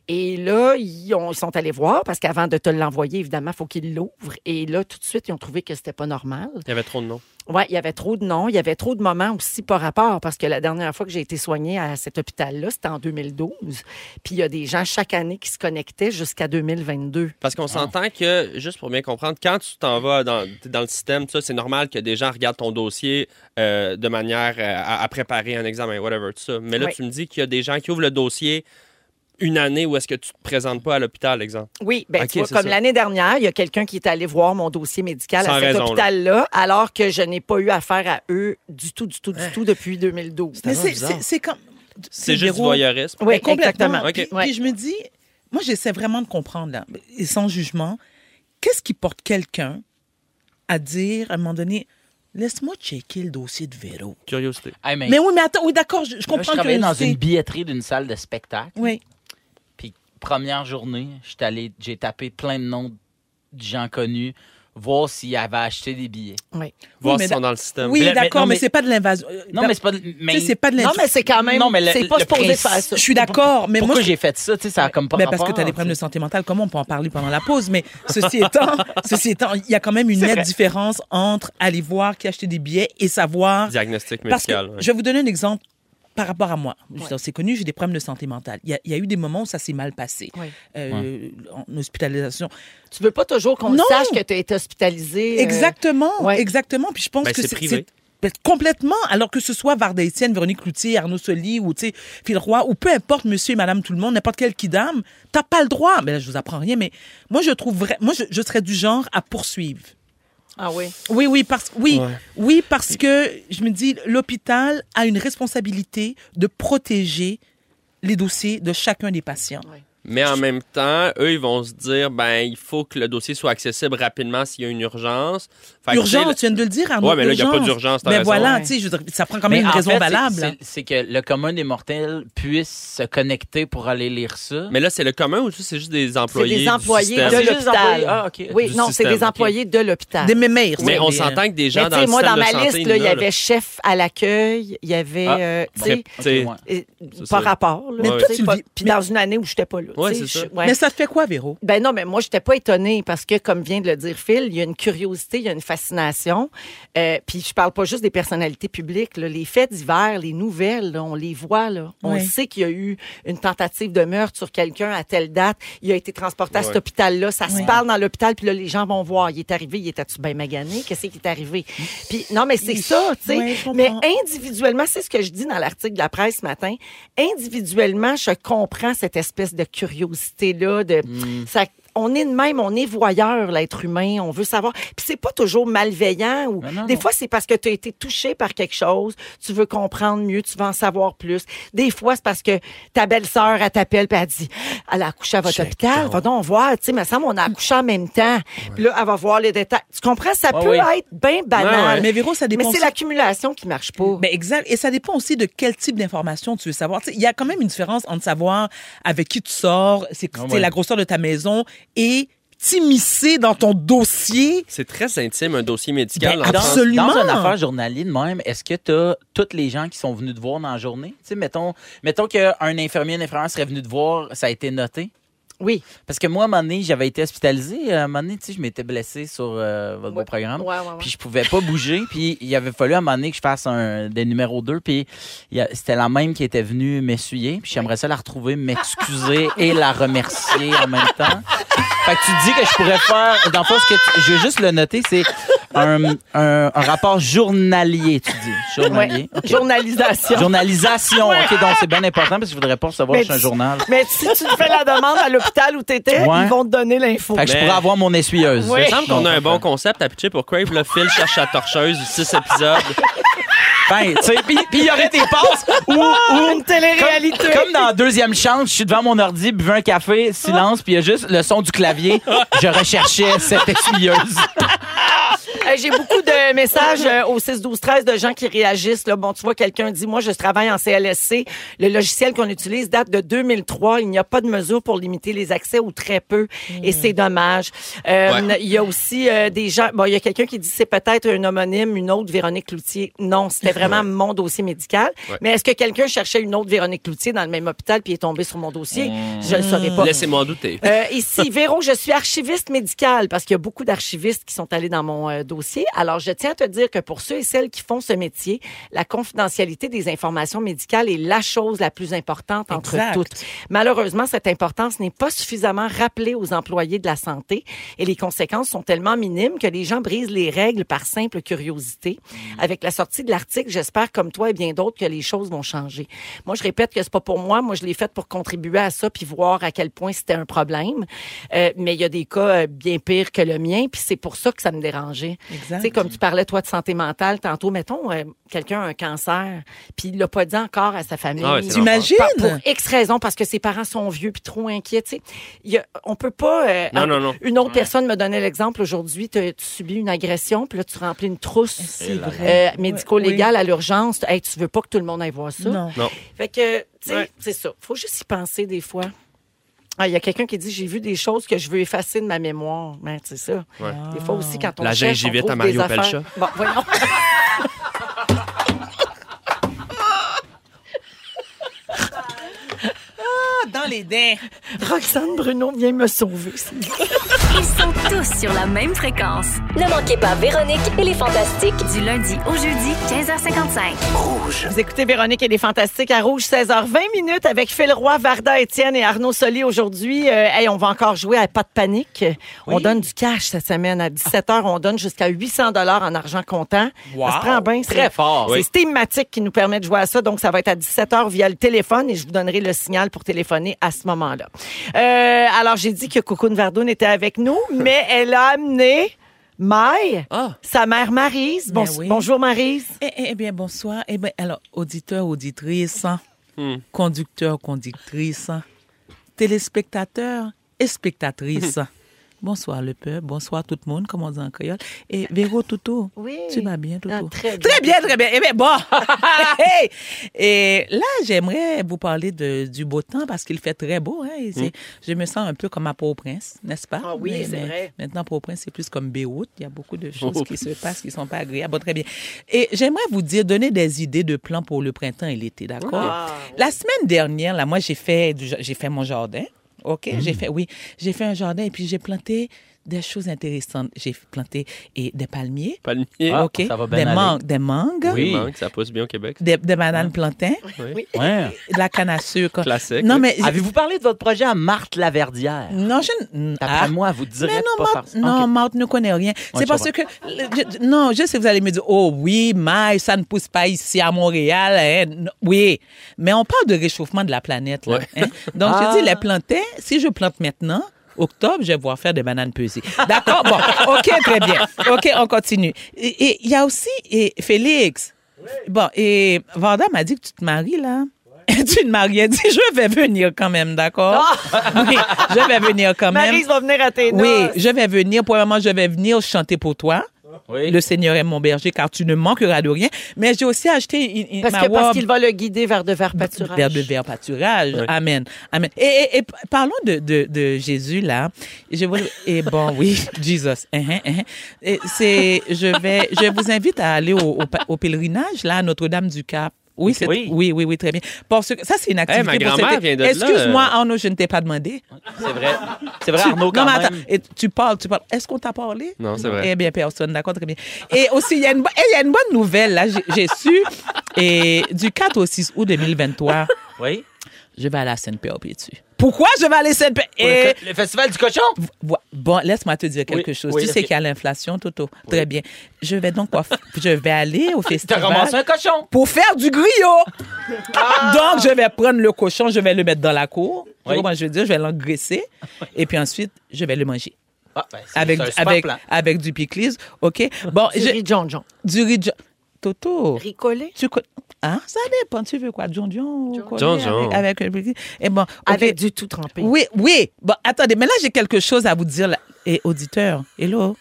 S2: Et là, ils, ont- ils sont allés voir, parce qu'avant de te l'envoyer, évidemment, il faut qu'ils l'ouvrent. Et là, tout de suite, ils ont trouvé que c'était pas normal.
S7: Il y avait trop de noms.
S2: Ouais, il y avait trop de noms, il y avait trop de moments aussi par rapport, parce que la dernière fois que j'ai été soignée à cet hôpital-là, c'était en 2012. Puis il y a des gens chaque année qui se connectaient jusqu'à 2022.
S7: Parce qu'on s'entend que, juste pour bien comprendre, quand tu t'en vas dans, t'es dans le système, tout ça, c'est normal que des gens regardent ton dossier euh, de manière euh, à, à préparer un examen, whatever, tout ça. Mais là,
S2: Oui.
S7: tu me dis qu'il y a des gens qui ouvrent le dossier une année où est-ce que tu te présentes pas à l'hôpital, exemple.
S2: Oui, ben,
S7: Ok,
S2: tu vois,
S7: c'est
S2: comme
S7: ça.
S2: l'année dernière, il y a quelqu'un qui est allé voir mon dossier médical
S7: Sans
S2: à cet
S7: raison, là.
S2: hôpital-là, alors que je n'ai pas eu affaire à eux du tout, du tout,
S7: Ah.
S2: du tout depuis 2012.
S5: Mais
S3: vraiment
S5: c'est-
S3: bizarre.
S5: c'est c'est comme.
S7: C'est juste du
S5: Véro,
S7: voyeurisme.
S2: Oui,
S5: Mais complètement.
S2: exactement.
S5: Puis,
S2: Ouais.
S5: puis je me dis, moi, j'essaie vraiment de comprendre, là, et sans jugement, qu'est-ce qui porte quelqu'un à dire, à un moment donné, laisse-moi checker le dossier de Véro.
S7: Curiosité.
S3: Hey, mais,
S5: Mais oui, mais attends, oui, d'accord, je, je
S3: moi, je
S5: comprends que
S3: travaillais dans
S5: c'est-
S3: une billetterie d'une salle de spectacle.
S5: Oui.
S3: Puis première journée, j'étais allé- j'ai tapé plein de noms de gens connus, voir s'ils avaient acheté des billets.
S2: Ouais.
S7: Voir
S5: mais
S7: si sont
S5: da-
S7: dans le système.
S5: Oui,
S3: Mais- mais-
S5: d'accord,
S3: non,
S5: mais,
S3: mais-
S5: c'est pas de l'invasion.
S3: Non, mais c'est pas. de-
S5: Tu
S3: Mais,
S5: sais, c'est pas de
S2: Non,
S5: l'invasion.
S2: mais c'est quand même.
S3: Non, mais le-
S2: c'est pas
S3: le
S2: supposé
S3: principe-
S2: faire ça.
S5: Je suis d'accord, mais
S3: pourquoi
S5: moi, je-
S3: j'ai fait ça, tu sais, ça a comme pas
S5: Ben, parce que tu as des
S3: rapport,
S5: problèmes de
S3: tu sais.
S5: santé mentale, comme on peut en parler pendant la pause, mais ceci étant, ceci étant, il y a quand même une nette différence entre aller voir qui a acheté des billets et savoir
S7: Diagnostic
S5: Parce que
S7: médical. ouais.
S5: je vais vous donner un exemple par rapport à moi. Je veux dire, C'est connu, j'ai des problèmes de santé mentale. Il y a, il y a eu des moments où ça s'est mal passé.
S2: Ouais.
S5: Euh, En hospitalisation.
S2: Tu veux pas toujours qu'on
S5: Non.
S2: sache que tu as été hospitalisé. euh,
S5: Exactement,
S2: ouais.
S5: exactement. Puis je pense
S7: Ben,
S5: que
S7: c'est privé.
S5: ben, complètement, alors que ce soit Varda Etienne, Véronique Cloutier, Arnaud Soli ou tu sais, Phil Roy, ou peu importe monsieur et madame tout le monde, n'importe quel qui dame, t'as pas le droit. Mais là, je vous apprends rien, mais moi, je trouve vrai, moi, je, je serais du genre à poursuivre.
S2: Ah oui.
S5: Oui, oui, parce, oui,
S7: Ouais.
S5: oui, parce que je me dis, l'hôpital a une responsabilité de protéger les dossiers de chacun des patients.
S7: Mais en même temps, eux, ils vont se dire, ben, il faut que le dossier soit accessible rapidement s'il y a une urgence. Fait que,
S5: urgence,
S7: tu
S5: tu viens de le dire, Arnaud.
S7: Ouais, mais là, il y a pas
S5: urgence.
S7: d'urgence, t'as
S5: Ben
S7: raison.
S5: voilà,
S2: Ouais.
S5: tu sais, je veux dire, ça prend quand même
S3: Mais
S5: une
S3: en
S5: raison
S3: fait, c'est-
S5: valable. hein.
S3: c'est- C'est que le commun des mortels puisse se connecter pour aller lire ça.
S7: sais, Mais là, c'est le commun ou c'est juste des employés?
S2: C'est des
S7: du
S2: employés
S7: système?
S3: Ah,
S2: de
S3: c'est juste des employés.
S2: l'hôpital.
S3: Ah, OK.
S2: Oui,
S7: Du
S2: non, c'est
S7: système,
S2: des
S7: ok.
S2: employés de l'hôpital.
S5: Des mémères.
S7: Mais
S5: oui,
S7: on s'entend que des gens
S2: Mais tu
S7: dans
S2: sais,
S7: le
S2: moi,
S7: système
S2: dans ma
S7: de santé,
S2: liste, là, il y
S7: là.
S2: avait chef à l'accueil, il y avait.
S3: Ah,
S2: euh, tu
S7: c'est-
S2: sais,
S3: Ok,
S7: t'sais,
S3: ouais.
S2: euh,
S7: c'est
S2: par
S7: ça.
S2: rapport. là,
S7: Mais
S2: tu
S5: toi,
S2: sais,
S5: tu le
S2: pas-
S5: vis-
S2: Puis
S5: mais-
S2: dans une année où je n'étais pas là. tu
S7: Ouais, c'est
S2: sais,
S7: ça.
S2: je- ouais.
S5: Mais ça te fait quoi, Véro?
S2: Ben non, mais moi, je n'étais pas étonnée parce que, comme vient de le dire Phil, il y a une curiosité, il y a une fascination. Euh, puis je parle pas juste des personnalités publiques. là. Les faits divers, les nouvelles, là, on les voit. Là. On
S5: Ouais.
S2: sait qu'il y a eu une tentative de meurtre sur quelqu'un à telle date. Il a été transporté à cet
S7: Ouais.
S2: hôpital-là. Ça
S5: Ouais.
S2: se parle dans l'hôpital, puis là, les gens vont voir. Il est arrivé, il était-tu bien magané? Qu'est-ce qui est arrivé? Puis non, mais c'est
S5: Ish.
S2: ça, tu sais.
S5: Ouais, je comprends.
S2: mais individuellement, c'est ce que je dis dans l'article de la presse ce matin. Individuellement, je comprends cette espèce de curiosité-là. De,
S3: Mm.
S2: ça, on est de même, on est voyeur, l'être humain. On veut savoir. Puis c'est pas toujours malveillant. Ou,
S3: Ben non,
S2: des
S3: non.
S2: fois, c'est parce que tu as été touché par quelque chose. Tu veux comprendre mieux, tu veux en savoir plus. Des fois, c'est parce que ta belle-sœur, elle t'appelle puis elle dit Ah, Elle a accouché à votre hôpital. Va donc voir. Tu sais, me semble, on a accouché en même temps. Puis là, elle va voir les détails. Tu comprends? Ça
S3: Ouais,
S2: peut
S3: ouais.
S2: être bien banal.
S7: Ouais.
S5: Mais Véro, ça
S2: Mais
S5: dépend.
S2: c'est
S5: aussi-
S2: l'accumulation qui marche pas.
S5: Ben, exact. Et ça dépend aussi de quel type d'information tu veux savoir. Tu sais, Il y a quand même une différence entre savoir avec qui tu sors, c'est
S3: Ah
S5: c'est
S3: ouais.
S5: la grosseur de ta maison, et t'immiscer dans ton dossier.
S7: C'est très intime, un dossier médical.
S5: Ben,
S7: dans le sens-
S5: absolument.
S3: Dans une affaire journalier de même, est-ce que tu as toutes les gens qui sont venus te voir dans la journée? Tu sais, mettons, mettons qu'un infirmier, une infirmière serait venu te voir, ça a été noté.
S2: Oui.
S3: Parce que moi, à un moment donné, j'avais été hospitalisé. Euh, À un moment donné, tu sais, je m'étais blessé sur euh, votre beau
S2: Ouais.
S3: programme.
S2: Ouais, ouais, ouais.
S3: Puis je pouvais pas bouger. Puis il avait fallu à un moment donné que je fasse un, des numéros 2. Puis il y a- c'était la même qui était venue m'essuyer. Puis j'aimerais ça la retrouver, m'excuser et la remercier en même temps. Fait que tu dis que je pourrais faire. Dans le fond, ce que tu- je veux juste le noter, c'est un, un- un rapport journalier, tu dis. Journalier. OK.
S2: Journalisation.
S3: Journalisation. OK, donc c'est bien important parce que je voudrais pas recevoir
S2: Mais
S3: que je suis un
S2: tu-
S3: journal.
S2: Mais si tu fais la demande à l'hôpital où t'étais,
S3: Ouais.
S2: ils vont te donner l'info.
S3: Fait que je
S7: Mais-
S3: pourrais avoir mon essuyeuse.
S7: Il me semble qu'on a un bon concept à pitcher pour Crave. Le Phil cherche sa torcheuse du 6 épisodes.
S3: Ben, tu sais, puis puis il y aurait des passes où,
S5: Ah,
S3: où-
S2: Une télé-réalité.
S3: comme, comme dans Deuxième Chance, je suis devant mon ordi, buvais un café, silence, puis il y a juste le son du clavier. Je recherchais cette essuyeuse.
S2: Euh, J'ai beaucoup de messages euh, au 6 12 13 de gens qui réagissent là. Bon, tu vois quelqu'un dit moi je travaille en CLSC, le logiciel qu'on utilise date de 2003, il n'y a pas de mesure pour limiter les accès ou très peu et c'est dommage. Euh,
S7: Ouais.
S2: il y a aussi euh, des gens bon, il y a quelqu'un qui dit c'est peut-être un homonyme, une autre Véronique Cloutier. Non, c'était vraiment mon dossier médical.
S7: Ouais.
S2: Mais est-ce que quelqu'un cherchait une autre Véronique Cloutier dans le même hôpital puis est tombé sur mon dossier Je ne saurais pas.
S7: Hmm. Laissez-moi en douter.
S2: Euh, ici, Véro, je suis archiviste médicale parce qu'il y a beaucoup d'archivistes qui sont allés dans mon euh, dossier. Alors, je tiens à te dire que pour ceux et celles qui font ce métier, la confidentialité des informations médicales est la chose la plus importante entre
S5: Exact.
S2: toutes. Malheureusement, cette importance n'est pas suffisamment rappelée aux employés de la santé et les conséquences sont tellement minimes que les gens brisent les règles par simple curiosité.
S7: Mm.
S2: Avec la sortie de l'article, j'espère comme toi et bien d'autres que les choses vont changer. Moi, je répète que c'est pas pour moi. Moi, je l'ai fait pour contribuer à ça puis voir à quel point c'était un problème. Euh, mais il y a des cas euh, bien pires que le mien puis c'est pour ça que ça me dérangeait.
S5: Exact.
S2: Tu sais, comme tu parlais, toi, de santé mentale tantôt, mettons, euh, quelqu'un a un cancer, puis il l'a pas dit encore à sa famille.
S7: Ah ouais, c'est
S5: T'imagines?
S2: Pa- Pour X raison, parce que ses parents sont vieux puis trop inquiets. tu sais. Il y a- on peut pas. euh,
S7: Non,
S2: un-
S7: non, non.
S2: Une autre personne me donnait l'exemple aujourd'hui. t'as- Tu subis une agression, puis là, tu remplis une trousse
S5: Eh,
S7: Eh
S5: C'est
S2: euh,
S5: vrai.
S2: médico-légale à l'urgence. Hey, tu veux pas que tout le monde aille voir ça?
S5: Non.
S2: Fait que, tu sais,
S7: Ouais.
S2: c'est ça. Faut juste y penser des fois. Ah, Il y a quelqu'un qui dit J'ai vu des choses que je veux effacer de ma mémoire. Ben, c'est ça.
S7: Ouais.
S2: Des fois aussi, quand on
S7: La
S2: cherche, on
S7: gingivite
S2: trouve
S7: à Mario
S2: des affaires.
S7: Pelcha.
S2: Bon, voyons.
S5: Ah, Dans les dents.
S2: Roxane Bruno vient me sauver.
S1: Ils sont tous sur la même fréquence.
S8: Ne manquez pas Véronique et les Fantastiques.
S1: Du lundi au jeudi, 15h55.
S2: Vous écoutez Véronique et les Fantastiques à Rouge, 16h20 minutes avec Phil Roy, Varda, Étienne et Arnaud Soli aujourd'hui. Euh, hey, on va encore jouer à Pas de panique. On donne du cash cette semaine. À 17h, on donne jusqu'à 800 dollars en argent comptant.
S3: Wow.
S2: Ça se prend bien.
S3: Très
S2: c'est-
S3: fort,
S2: C'est
S3: oui.
S2: thématique qui nous permet de jouer à ça. Donc, ça va être à 17h via le téléphone et je vous donnerai le signal pour téléphoner à ce moment-là. Euh, alors, j'ai dit que Cocoon Verdoun était avec nous, mais elle a amené Maï,
S7: Ah.
S2: sa mère Marise.
S5: Ben oui.
S2: Bonjour Marise.
S5: Eh, eh, eh bien, bonsoir. Eh bien, alors, hein, auditeurs, auditrices,
S3: Hmm.
S5: conducteurs, conductrices, téléspectateurs et
S3: Hmm.
S5: spectatrices. Bonsoir le peuple, bonsoir tout le monde, comme on dit en créole. Et Véro Toutou,
S2: Oui.
S5: tu vas bien, Toutou?
S2: Ah, très bien.
S5: Très bien, très bien. Eh bien, bon. Hey! Et là, j'aimerais vous parler de, du beau temps parce qu'il fait très beau. Hein, et c'est- Je me sens un peu comme à Port-au-Prince, n'est-ce pas?
S2: Mm. Ah oui,
S5: Mais-
S2: c'est
S5: mais
S2: vrai. Oh.
S5: Maintenant, Port-au-Prince, c'est plus comme Beyrouth. Il y a beaucoup de choses qui se passent qui ne sont pas agréables. Bon, très bien. Et j'aimerais vous dire, donner des idées de plans pour le printemps et l'été, d'accord?
S2: Ah.
S5: La semaine dernière, là, moi, j'ai fait, du ja- j'ai fait mon jardin. OK?
S2: Mm.
S5: J'ai fait, oui, j'ai fait un jardin et puis j'ai planté des choses intéressantes. J'ai planté et des palmiers.
S7: Palmier. Ah,
S3: Ah,
S5: OK.
S3: ça va bien
S5: des,
S3: aller.
S5: mangues, des mangues,
S3: Oui.
S7: ça pousse bien au Québec.
S5: des, des bananes plantains,
S7: Oui.
S3: Ouais.
S5: de la canne à sucre.
S7: Classique.
S5: Non, mais.
S3: Avez-vous parlé de votre projet à Marthe Laverdière?
S5: Non, je.
S3: Après
S5: Ah.
S3: moi, vous direz
S5: Mais non,
S3: pas
S5: Marthe,
S3: faire ça.
S5: non
S3: Ok.
S5: Marthe ne connaît rien.
S3: je
S5: c'est parce que. je- non, je sais que vous allez me dire, oh oui, mais ça ne pousse pas ici à Montréal. hein. Non, Oui. Mais on parle de réchauffement de la planète. là,
S7: Ouais.
S5: hein. Donc,
S3: Ah.
S5: je dis, les planter, si je plante maintenant, octobre, je vais voir faire des bananes pesées. D'accord? Bon, OK, très bien. OK, on continue. Et et il y a aussi et, Félix. Bon, et Vanda m'a dit que tu te maries, là. tu te maries. Elle dit, je vais venir quand même, d'accord?
S2: Ah!
S5: Oui, je vais venir quand même.
S2: Marise va venir à tes
S5: Oui,
S2: noces.
S5: je vais venir. Premièrement, je vais venir chanter pour toi.
S3: Oui.
S5: Le Seigneur est mon berger, car tu ne manqueras de rien. Mais j'ai aussi acheté une, une-
S2: Parce
S5: ma
S2: que parce
S5: robe
S2: qu'il va le guider vers de verts pâturages.
S5: vers de vert pâturage.
S7: Oui.
S5: Amen. Amen. Et, et- et p- parlons de, de, de Jésus, là. Je vous- et bon, oui, Jesus. Hein, hein, hein. Et c'est, je vais, je vous invite à aller au, au pa- au pèlerinage, là, à Notre-Dame du Cap. Oui, c'est,
S3: Oui.
S5: oui. oui, oui, très bien. Parce que ça, c'est une activité.
S7: Eh, ma
S5: pour cet
S7: grand-mère vient
S5: été.
S7: de là.
S5: Excuse-moi, Arnaud, je ne t'ai pas demandé.
S3: C'est vrai. C'est vrai,
S5: Tu-
S3: Arnaud, quand
S5: non, mais
S3: même.
S5: attends, et tu parles, tu parles. Est-ce qu'on t'a parlé?
S7: Non, c'est vrai.
S5: Eh bien, personne, d'accord, très bien. Et aussi, il y, a une bo- eh, il y a une bonne nouvelle, là, j'ai- j'ai su. Et du 4 au 6 août 2023,
S3: Oui.
S5: je vais aller à Sainte-Perpétue. Pourquoi je vais aller à Sainte-Perpétue?
S3: Le festival du cochon?
S5: Bon, laisse-moi te dire quelque
S3: Oui,
S5: chose.
S3: oui,
S5: tu
S3: ok.
S5: sais qu'il y a l'inflation, Toto. Très bien. Je vais donc, quoi, f- je vais aller au
S3: T'as
S5: festival
S3: ramassé un cochon? Ah.
S5: pour faire du griot. Donc, je vais prendre le cochon, je vais le mettre dans la cour. Tu
S3: Oui.
S5: vois, moi, je veux dire, je vais l'engraisser. Et puis ensuite, je vais le manger.
S3: Ah, ben, c'est-
S5: Avec,
S3: c'est un super
S5: avec,
S3: plan.
S5: avec du piclis. OK? Bon,
S2: Je...
S5: je,
S2: John John.
S5: du riz. de- Toto.
S2: Ricolé.
S5: Tu co- Hein? Ça dépend. Tu veux quoi? John John? ou quoi?
S7: John John.
S5: Avec, avec un piclis. Et bon, OK.
S2: Avec du tout trempé.
S5: Oui, oui. Bon, attendez, mais là, j'ai quelque chose à vous dire, là. Et auditeur, hello.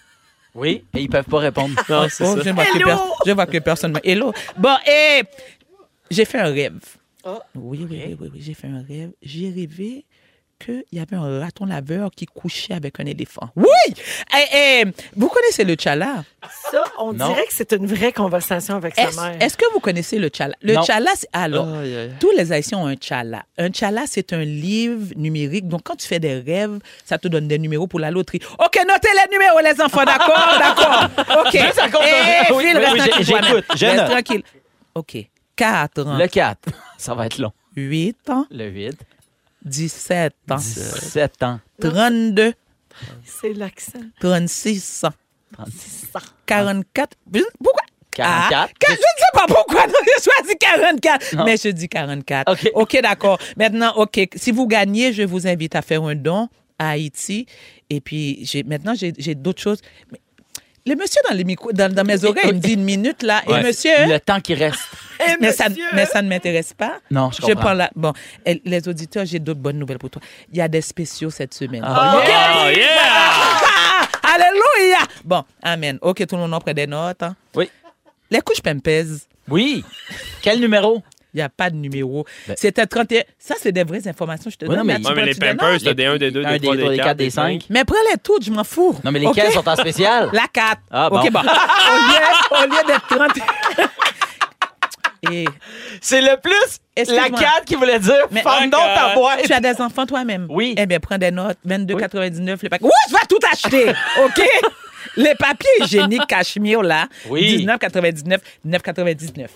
S3: Oui, et ils peuvent pas répondre.
S7: Non, c'est
S5: Oh,
S7: ça.
S5: je, vois que
S2: Hello.
S5: pers- je vois que personne m'a. Eh, Hello. Bon, et j'ai fait un rêve.
S2: Ah,
S5: Oui, oui, oui, oui, oui, j'ai fait un rêve. J'ai rêvé qu'il y avait un raton laveur qui couchait avec un éléphant. Oui! Eh, eh, vous connaissez le tchala?
S2: Ça, on
S3: Non.
S2: dirait que c'est une vraie conversation avec sa
S5: Est-ce
S2: mère.
S5: est-ce que vous connaissez le tchala? Le
S3: Non. Oh,
S5: tchala, c'est... Ah, Alors,
S7: Aïe, aïe.
S5: tous les Haïtiens ont un tchala. Un tchala, c'est un livre numérique. Donc, quand tu fais des rêves, ça te donne des numéros pour la loterie. OK, notez les numéros, les enfants. D'accord, d'accord. OK.
S3: Juste à cause de-
S5: Eh,
S3: Oui,
S5: Phil,
S3: oui,
S5: reste
S3: oui,
S5: tranquille,
S3: j'ai-
S5: toi-même.
S3: j'écoute, je
S5: Reste
S3: note.
S5: tranquille. OK. 4,
S3: Le 4. Ça va être long.
S5: 8,
S3: Le 8.
S5: 17,
S3: 17 ans.
S5: 32,
S2: C'est l'accent.
S5: 36,
S3: 36.
S5: Ah. 44. Pourquoi?
S3: 44.
S5: Ah, que- je ne sais pas pourquoi donc j'ai choisi 44,
S3: Non.
S5: mais je dis 44.
S3: OK.
S5: d'accord. Maintenant, OK, si vous gagnez, je vous invite à faire un don à Haïti. Et puis, j'ai, maintenant, j'ai, j'ai d'autres choses. Mais le monsieur dans, les micros, dans, dans mes oreilles, il me dit une minute, là.
S3: Ouais.
S5: Et monsieur,
S3: Le temps qui reste.
S5: mais, ça, mais ça ne m'intéresse pas.
S3: Non, je
S5: Je
S3: comprends.
S5: prends la- Bon, elle- les auditeurs, j'ai d'autres bonnes nouvelles pour toi. Il y a des spéciaux cette semaine.
S3: Ah,
S5: OK?
S7: Oh, yeah!
S5: Ah, alléluia! Bon, amen. OK, tout le monde en prend des notes. hein.
S3: Oui.
S5: Les couches pimpèzes.
S3: Oui. Quel numéro?
S5: Il n'y a pas de numéro.
S3: Ben-
S5: C'était 31. Ça, c'est des vraies informations. Je te
S3: Oui,
S5: donne.
S3: non, mais-
S5: là, tu
S7: Ouais, mais
S5: prends-
S7: les
S5: tu donnes-
S7: Pampers, t'as des 1, des 2,
S3: Un,
S7: des 3,
S3: des trois,
S7: des 4, des 5.
S5: Mais prends les toutes, je m'en fous.
S3: Non, mais les
S5: OK?
S3: 15 sont en spécial.
S5: La 4.
S3: Ah, bon.
S5: OK, bon. au, lieu, au lieu d'être 30. Et
S3: C'est le plus
S5: Excuse-moi.
S3: qui voulait dire
S5: Mais- euh,
S3: Femme donc
S7: Ah,
S3: boîte.
S5: tu as des enfants toi-même?
S3: Oui.
S5: Eh bien, prends des notes. 22,99 le paquet. Oui, je vais tout acheter. OK? les papiers hygiéniques cachemire, là.
S3: Oui. Ah.
S5: 19,99. 9,99.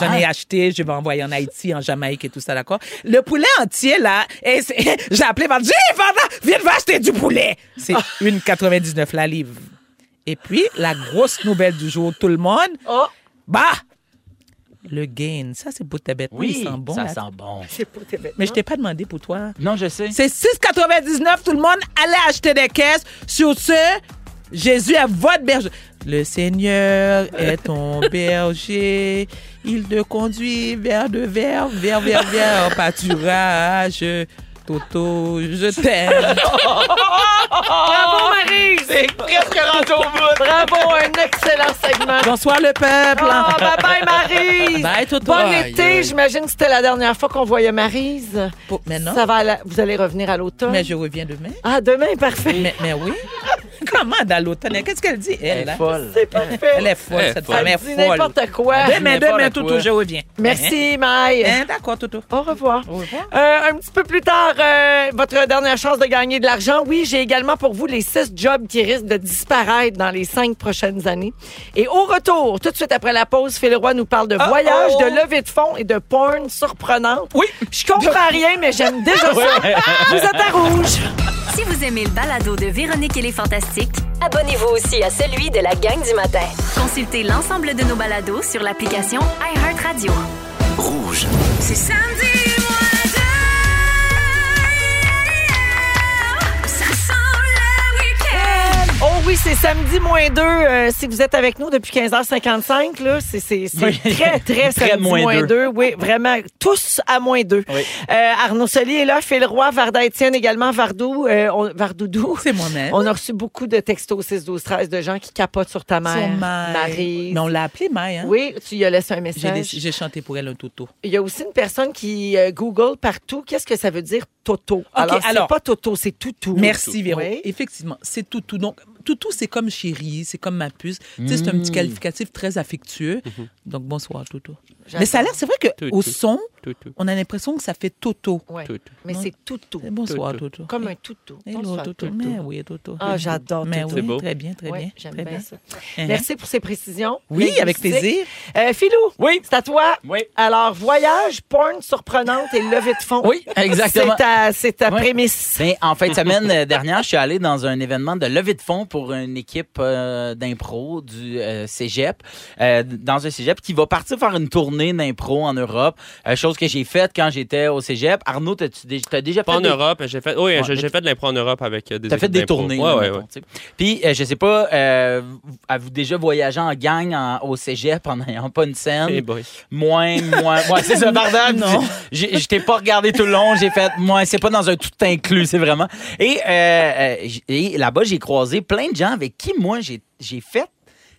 S5: J'en ai acheté, je vais envoyer en Haïti, en Jamaïque et tout ça, d'accord? Le poulet entier, là, et c'est- j'ai appelé, j'ai dit, Hey, Vanda, viens va acheter du poulet! C'est
S3: Ah.
S5: 1,99 la livre. Et puis, la grosse nouvelle du jour, tout le monde,
S3: Oh.
S5: bah! Le gain, ça c'est pour tes bêtes.
S3: Oui,
S5: il sent bon.
S3: ça
S5: là.
S3: sent bon.
S5: Mais je t'ai pas demandé pour toi.
S3: Non, je sais.
S5: C'est 6,99. Tout le monde, allez acheter des caisses. Sur ce, Jésus est votre berger. Le Seigneur est ton berger. Il te conduit vers de vers, vers, vers, vers, Oh, pâturage. Toto, je t'aime.
S2: Bravo, Marie!
S3: C'est presque rendu au bout.
S2: Bravo, un excellent segment.
S5: Bonsoir le peuple.
S2: Ah, bye-bye, Marie!
S5: Bye, Toto.
S2: Bon
S5: Aïe,
S2: été, j'imagine que c'était la dernière fois qu'on voyait Marise.
S5: Pour- Mais non,
S2: Ça va, aller- vous allez revenir à l'automne.
S5: mais je reviens demain.
S2: Ah, demain, parfait.
S5: Mais, mais oui. Eh, Comment dans l'automne? Qu'est-ce qu'elle dit, elle?
S3: Elle est
S5: là?
S3: folle.
S2: C'est parfait.
S5: Elle est folle, cette femme est
S2: Dis
S5: folle.
S2: n'importe quoi.
S5: Demain,
S3: N'importe quoi.
S5: demain, Toto, je reviens.
S2: Merci, Maï.
S5: Hein, D'accord, Toto.
S2: Au revoir.
S5: Au revoir.
S2: Euh, un petit peu plus tard, euh, votre dernière chance de gagner de l'argent. Oui, j'ai également pour vous les six jobs qui risquent de disparaître dans les cinq prochaines années. Et au retour, tout de suite après la pause, Phil Roy nous parle de voyage,
S5: oh.
S2: de levée de fonds et de porn surprenante. Oui. Je comprends rien, mais j'aime déjà ça. Vous êtes à rouge.
S1: Si vous aimez le balado de Véronique et les Fantastiques,
S8: Abonnez-vous aussi à celui de la gang du matin.
S1: consultez l'ensemble de nos balados sur l'application iHeartRadio.
S9: C'est samedi, Ça sent le week-end.
S2: Oh oui, c'est samedi moins deux. Euh, si vous êtes avec nous depuis 15h55, là, c'est c'est- c'est
S3: Oui.
S2: très, très
S3: Très
S2: samedi
S3: moins
S2: moins
S3: deux.
S2: deux. Oui, vraiment, tous à moins deux.
S3: Oui.
S2: Euh, Arnaud Soli est là, Phil Roy, Varda Étienne également, Vardou, euh, on- Vardoudou.
S5: C'est moi-même.
S2: On a reçu beaucoup de textos 6, 12, 13 de gens qui capotent sur ta mère,
S5: Sur Maï.
S2: Marie.
S5: Mais on l'a appelée Maï. Hein?
S2: Oui, tu y as laissé un
S5: J'ai
S2: message.
S5: laissé- J'ai chanté pour elle un toto.
S2: Il y a aussi une personne qui euh, Google partout. Qu'est-ce que ça veut dire Toto? alors, c'est
S5: alors-
S2: pas Toto, c'est Toutou.
S5: Merci, Véro.
S2: Oui.
S5: Effectivement, c'est toutou. Donc, toutou, c'est comme chérie, c'est comme ma puce. Tu sais, c'est un petit qualificatif très affectueux. Donc, bonsoir, toutou. Mais ça a l'air, c'est vrai
S7: Toutou.
S5: qu'au son,
S7: Tout, tout,
S5: on a l'impression que ça fait toto. Eh,
S2: Ouais.
S7: tout, tout.
S2: Mais c'est Toutou.
S5: Bonsoir, toutou.
S2: Comme un toutou.
S5: Hello,
S2: Bonsoir,
S5: toutou.
S2: toutou.
S5: Mais oui, toutou.
S2: Ah, j'adore
S5: Mais
S2: toutou.
S7: C'est beau.
S5: oui, très bien, très
S2: Ouais,
S5: bien.
S2: J'aime
S5: très
S2: bien,
S5: bien.
S2: ça.
S3: Uh-huh.
S5: Hein.
S2: Merci pour ces précisions.
S5: Oui, avec
S2: Linguistiques.
S5: plaisir.
S2: Euh, Philou,
S3: Oui.
S2: c'est à toi.
S3: Oui.
S2: Alors, voyage, porn surprenante et levée de fonds.
S3: Oui, exactement.
S2: C'est ta, c'est ta
S3: Oui.
S2: prémisse.
S3: Ben, en fin de semaine euh, dernière, je suis allé dans un événement de levée de fonds pour une équipe euh, d'impro du euh, cégep, euh, dans un cégep qui va partir faire une tournée d'impro en Europe, euh, chose que j'ai faite quand j'étais au cégep. Arnaud, t'as-tu dé- t'as déjà
S7: Pas
S3: fait
S7: en
S3: des-
S7: Europe, j'ai fait, oui,
S3: Ouais,
S7: j'ai
S3: mais-
S7: j'ai fait de l'impro en Europe avec euh, des
S3: T'as fait
S7: équipes
S3: des
S7: d'impro.
S3: tournées.
S7: Ouais,
S3: là,
S7: ouais,
S3: mettons,
S7: ouais.
S3: tu sais. Puis, euh, je sais pas, euh, avez-vous déjà voyagé en gang en- au cégep en n'ayant pas une scène?
S7: Hey boy.
S3: Moins, moins, moins. C'est ça, pardon. Non. J'ai- Je t'ai pas regardé tout le long. J'ai fait, moi, c'est pas dans un tout inclus, c'est vraiment. Et, euh, euh, j- et là-bas, j'ai croisé plein de gens avec qui, moi, j'ai j'ai fait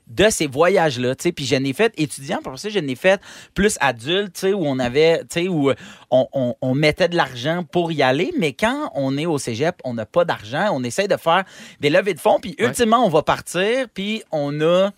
S3: de ces voyages-là, tu sais, puis je n'ai fait étudiant, pour ça je n'ai fait plus adulte, tu sais, où on avait, tu sais, où euh, on, on- on mettait de l'argent pour y aller, mais quand on est au cégep, on n'a pas d'argent, on essaie de faire des levées de fonds, puis ultimement, on va partir, puis on a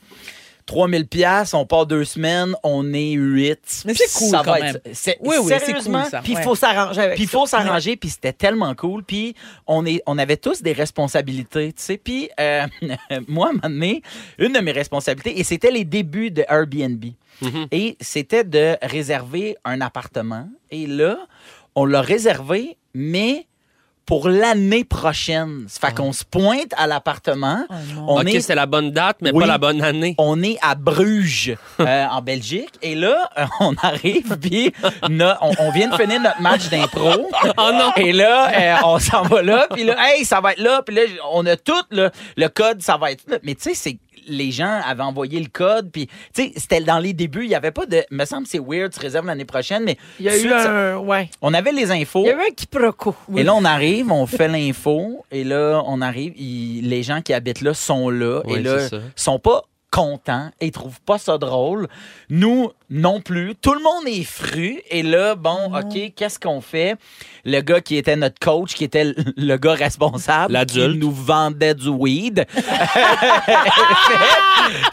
S3: 3000 pièces, on part deux semaines, on est huit.
S5: Mais c'est cool
S3: ça
S5: quand
S3: va
S5: même.
S3: être- c'est-
S5: Oui, oui, c'est cool,
S3: sérieusement,
S5: ça.
S2: Puis il
S5: Ouais.
S2: faut s'arranger avec
S3: Puis il
S2: ça.
S3: faut s'arranger, puis c'était tellement cool. Puis on, est, on avait tous des responsabilités, tu sais. Puis euh, moi, à un moment donné, une de mes responsabilités, et c'était les débuts de Airbnb,
S7: Mm-hmm.
S3: et c'était de réserver un appartement. Et là, on l'a réservé, mais pour l'année prochaine. Ça fait qu'on se pointe à l'appartement. on
S7: OK,
S3: est
S7: c'est la bonne date, mais
S3: Oui.
S7: pas la bonne année.
S3: on est à Bruges, euh, en Belgique. Et là, euh, on arrive, puis no- on, on vient de finir notre match d'impro.
S2: Oh,
S3: Et là, euh, on s'en va là, puis là, hey, ça va être là. Puis là, j- on a tout, là, le code, ça va être là. Mais tu sais, c'est les gens avaient envoyé le code, puis tu sais, c'était dans les débuts, il n'y avait pas de... me semble que c'est weird, tu réserves l'année prochaine, mais
S2: Il y a
S3: tout de
S2: eu
S3: suite, ça-
S2: un. Ouais.
S3: on avait les infos.
S2: Il y a eu un quiproquo.
S3: Et là, on arrive, on fait l'info, et là, on arrive, il- les gens qui habitent là sont là,
S7: Oui,
S3: et là,
S7: c'est ça.
S3: sont pas contents, et ils trouvent pas ça drôle. Nous, non plus. Tout le monde est fru, et là, bon,
S7: Ah.
S3: OK, qu'est-ce qu'on fait? Le gars qui était notre coach, qui était l- le gars responsable,
S7: L'adulte.
S3: qui nous vendait du weed,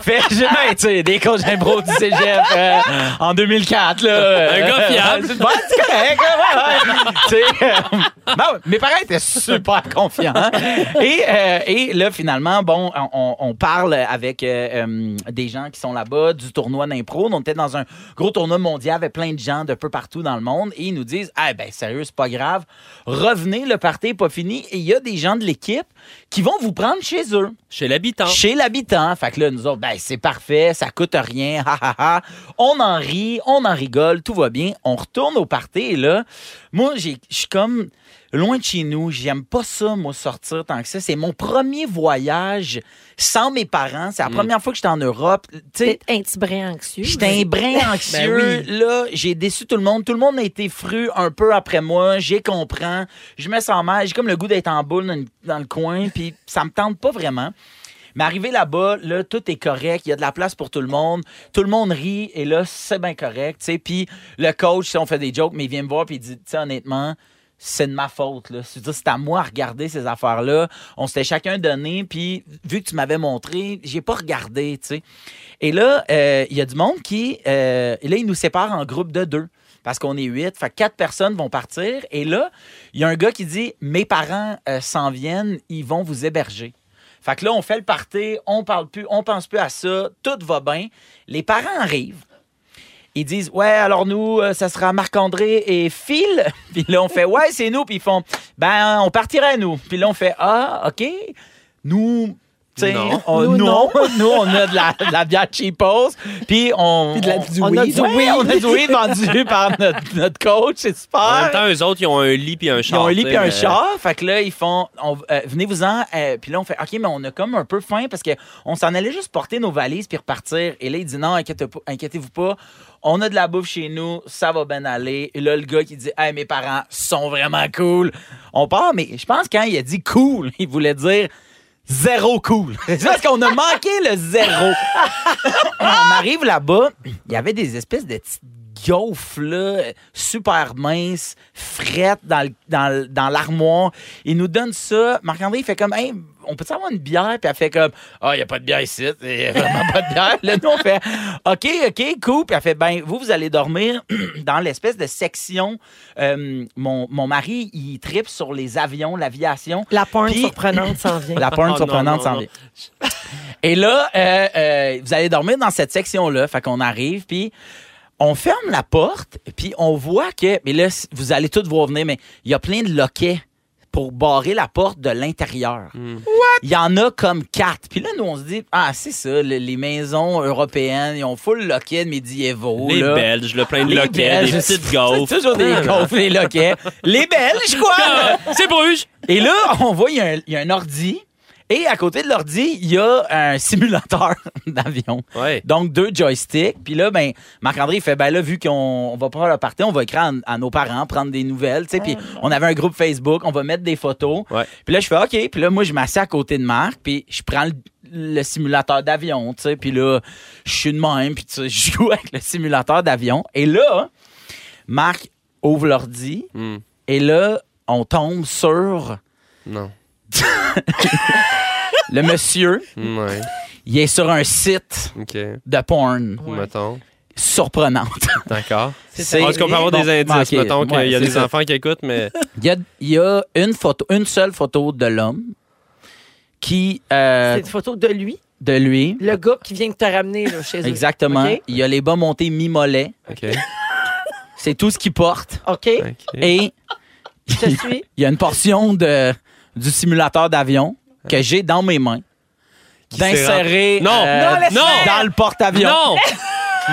S3: fait, fait, j'ai ben, tu sais, des coachs d'impro du cégep euh, en 2004, là.
S7: Un gars fiable.
S3: Ouais, c'est correct, ouais, ouais, ouais. Tu sais, euh, ben ouais, mes parents étaient super confiants. hein. Et, euh, et là, finalement, bon, on- on, on parle avec euh, euh, des gens qui sont là-bas du tournoi d'impro. On était dans un gros tournoi mondial avec plein de gens de peu partout dans le monde. Et ils nous disent, ah ben sérieux, c'est pas grave. Revenez, le party n'est pas fini. Et il y a des gens de l'équipe qui vont vous prendre chez eux.
S7: Chez l'habitant.
S3: Chez l'habitant. Fait que là, nous autres, ben, c'est parfait, ça coûte rien, ha, ha, ha. On en rit, on en rigole, tout va bien. On retourne au party et là, moi, j'ai- je suis comme loin de chez nous. J'aime pas ça, moi, sortir tant que ça. C'est mon premier voyage sans mes parents. C'est la première fois que j'étais en Europe. Tu sais,
S6: Peut-être un petit brin anxieux.
S3: J'étais un brin anxieux.
S5: Ben
S3: Là, j'ai déçu tout le monde. Tout le monde a été fru un peu après moi. J'ai comprends. Je me sens mal. J'ai comme le goût d'être en boule dans, dans le coin. Puis ça me tente pas vraiment. Mais arrivé là-bas, là, tout est correct. Il y a de la place pour tout le monde. Tout le monde rit. Et là, c'est bien correct. tu sais. Puis le coach, tu sais, on fait des jokes, mais il vient me voir puis il dit, tu sais, honnêtement, c'est de ma faute. Là. C'est-à-dire, c'est à moi à regarder ces affaires-là. On s'était chacun donné, puis vu que tu m'avais montré, j'ai pas regardé, tu sais. Et là, euh, il y a du monde qui... euh, et là, ils nous séparent en groupe de deux. Parce qu'on est huit, fait que quatre personnes vont partir. Et là, il y a un gars qui dit Mes parents euh, s'en viennent, ils vont vous héberger. Fait que là, on fait le party, on parle plus, on pense plus à ça, tout va bien. Les parents arrivent. Ils disent ouais alors nous euh, ça sera Marc André et Phil puis là on fait ouais c'est nous puis ils font ben on partirait nous puis là on fait ah ok nous tu sais,
S7: Non.
S3: on-
S2: Nous,
S3: nous, nous, on a de la, de la bière cheapos puis on
S5: Puis de la-
S3: on-
S5: du
S3: on, a
S5: weed.
S3: du weed on a du weed vendu par notre, notre coach c'est super
S7: En même temps, eux autres, ils ont un lit puis un
S3: Ah! ils
S7: char.
S3: ont un lit
S7: tu
S3: puis un
S7: sais,
S3: char. Fait que là, ils font on- euh, Venez-vous-en. euh, puis là, on fait OK, mais on a comme un peu faim parce qu'on s'en allait juste porter nos valises puis repartir. Et là, il dit Non, inquiète pas- inquiétez-vous pas. On a de la bouffe chez nous. Ça va bien aller. Et là, le gars qui dit Hey, mes parents sont vraiment cool. On part, mais je pense que quand il a dit cool, il voulait dire zéro cool. C'est parce qu'on a manqué le zéro. on arrive là-bas, il y avait des espèces de petites gaufres, là, super minces, frettes dans, le- dans, le- dans l'armoire. Il nous donne ça. Marc-André, il fait comme, hey, on peut avoir une bière? Puis elle fait comme, ah, il n'y a pas de bière ici. Il n'y a vraiment pas de bière. Là, nous, on fait, OK, OK, cool. Puis elle fait, ben, vous, vous allez dormir dans l'espèce de section. Euh, mon, mon mari, il tripe sur les avions, l'aviation.
S2: La pointe
S3: Puis-
S2: surprenante s'en vient.
S3: La
S7: Oh
S3: porn
S7: non,
S3: surprenante
S7: non,
S3: s'en
S7: non.
S3: vient. Et là, euh, euh, vous allez dormir dans cette section-là. Fait qu'on arrive, puis on ferme la porte, puis on voit que... Mais là, c- vous allez tous voir venir, mais il y a plein de loquets pour barrer la porte de l'intérieur.
S7: Hmm.
S3: Il y en a comme quatre. Puis là, nous, on se dit, ah, c'est ça, le- les maisons européennes, ils ont full loquets médiévaux.
S7: Les
S3: là.
S7: Belges, le plein de
S3: Les
S7: loquets, des
S3: Belges,
S7: petites
S3: c'est
S7: gaufres.
S3: Toujours des gaufres, les loquets. Les Belges, quoi!
S7: Ah, C'est Bruges.
S3: Et là, on voit, il y, a un- il y a un ordi. Et à côté de l'ordi, il y a un simulateur d'avion.
S7: Ouais.
S3: Donc, deux joysticks. Puis là, ben, Marc-André, il fait, ben là, vu qu'on on va pas le partir, on va écrire à, à nos parents, prendre des nouvelles, tu sais. Puis on avait un groupe Facebook, on va mettre des photos.
S7: Ouais.
S3: Puis là, je fais, OK. Puis là, moi, je m'assieds à côté de Marc, puis je prends le, le simulateur d'avion, tu sais. Puis là, je suis de même, puis tu sais, je joue avec le simulateur d'avion. Et là, Marc ouvre l'ordi,
S7: Hmm.
S3: et là, on tombe sur
S7: Non.
S3: le monsieur
S7: Ouais.
S3: il est sur un site
S7: OK.
S3: de porn
S7: Mettons.
S3: surprenante.
S7: D'accord.
S3: C'est-
S7: Est-ce qu'on peut avoir des
S3: Bon,
S7: indices?
S3: ok,
S7: Mettons qu'il
S3: ouais,
S7: y a
S3: c'est
S7: des
S3: ça.
S7: enfants qui écoutent, mais.
S3: Il y a, il y a une photo, une seule photo de l'homme qui euh,
S2: C'est une photo de lui,
S3: de lui.
S2: le gars qui vient de te ramener là, chez eux.
S3: Exactement.
S2: OK.
S3: Il y a les bas montés mi-mollet.
S7: OK.
S3: C'est tout ce qu'il porte.
S2: OK,
S7: OK.
S3: Et
S2: je te suis.
S3: il y a une portion de, du simulateur d'avion que j'ai dans mes mains d'insérer
S7: Non.
S3: euh,
S7: Non, laisse faire.
S3: dans le porte-avions.
S7: Non!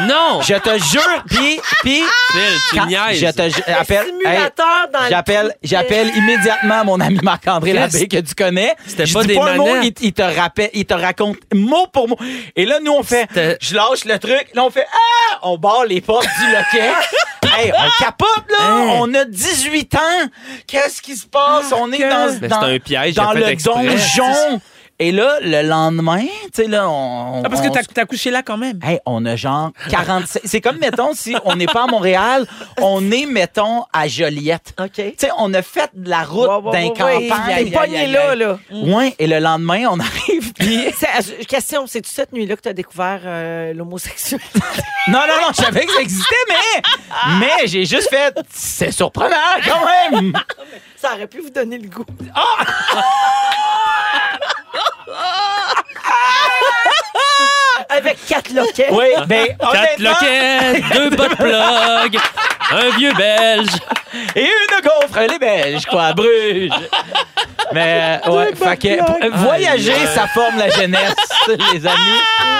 S7: Non!
S3: Je te jure, puis puis
S7: Phil, tu
S3: quand-
S7: niaises.
S3: je te ju- appelle hey,
S2: Simulateur dans le-
S3: J'appelle, j'appelle immédiatement mon ami Marc-André Labbé que tu connais.
S7: C'était
S3: Je
S7: pas
S3: dis
S7: des
S3: un mot, il,
S7: manettes.
S3: il te rappelle, il te raconte mot pour mot. Et là, nous, on fait,
S7: C'était-
S3: je lâche le truc, là, on fait, ah, on barre les portes du loquet. hey, on capote, là,
S7: Hein.
S3: on a 18 ans. Qu'est-ce qui se passe? on est dans,
S7: hein? Mais
S3: dans,
S7: c'est un piège,
S3: dans
S7: j'ai fait
S3: le
S7: exprès.
S3: donjon. Et là, le lendemain, tu sais, là, on.
S5: Ah, parce
S3: on
S5: que t'as-
S3: se-
S5: t'as couché là quand même.
S3: Hey, on a genre
S2: Ah.
S3: 45. C'est comme, mettons, si on n'est pas à Montréal, on est, mettons, à Joliette.
S2: OK.
S3: Tu sais, on a fait de la route
S2: Ouais, ouais,
S3: d'un
S2: ouais, ouais. T'es
S3: campagne.
S2: pogné là, là. Mm.
S3: Ouais, et le lendemain, on arrive. puis-
S2: C'est- Question, c'est-tu cette nuit-là que tu as découvert euh, l'homosexualité?
S3: Non, non, non, je savais que ça existait, mais, mais j'ai juste fait. C'est surprenant, quand même. Ah!
S2: Ça aurait pu vous donner le goût. Avec quatre loquets.
S3: Oui, ben,
S7: Quatre
S3: honnêtement,
S7: loquettes, deux bottes plugs, un vieux belge.
S3: et une gaufre, les Belges, quoi, à Bruges. Mais, euh, ouais, fait que, pour- euh, voyager, ça forme la jeunesse, les amis.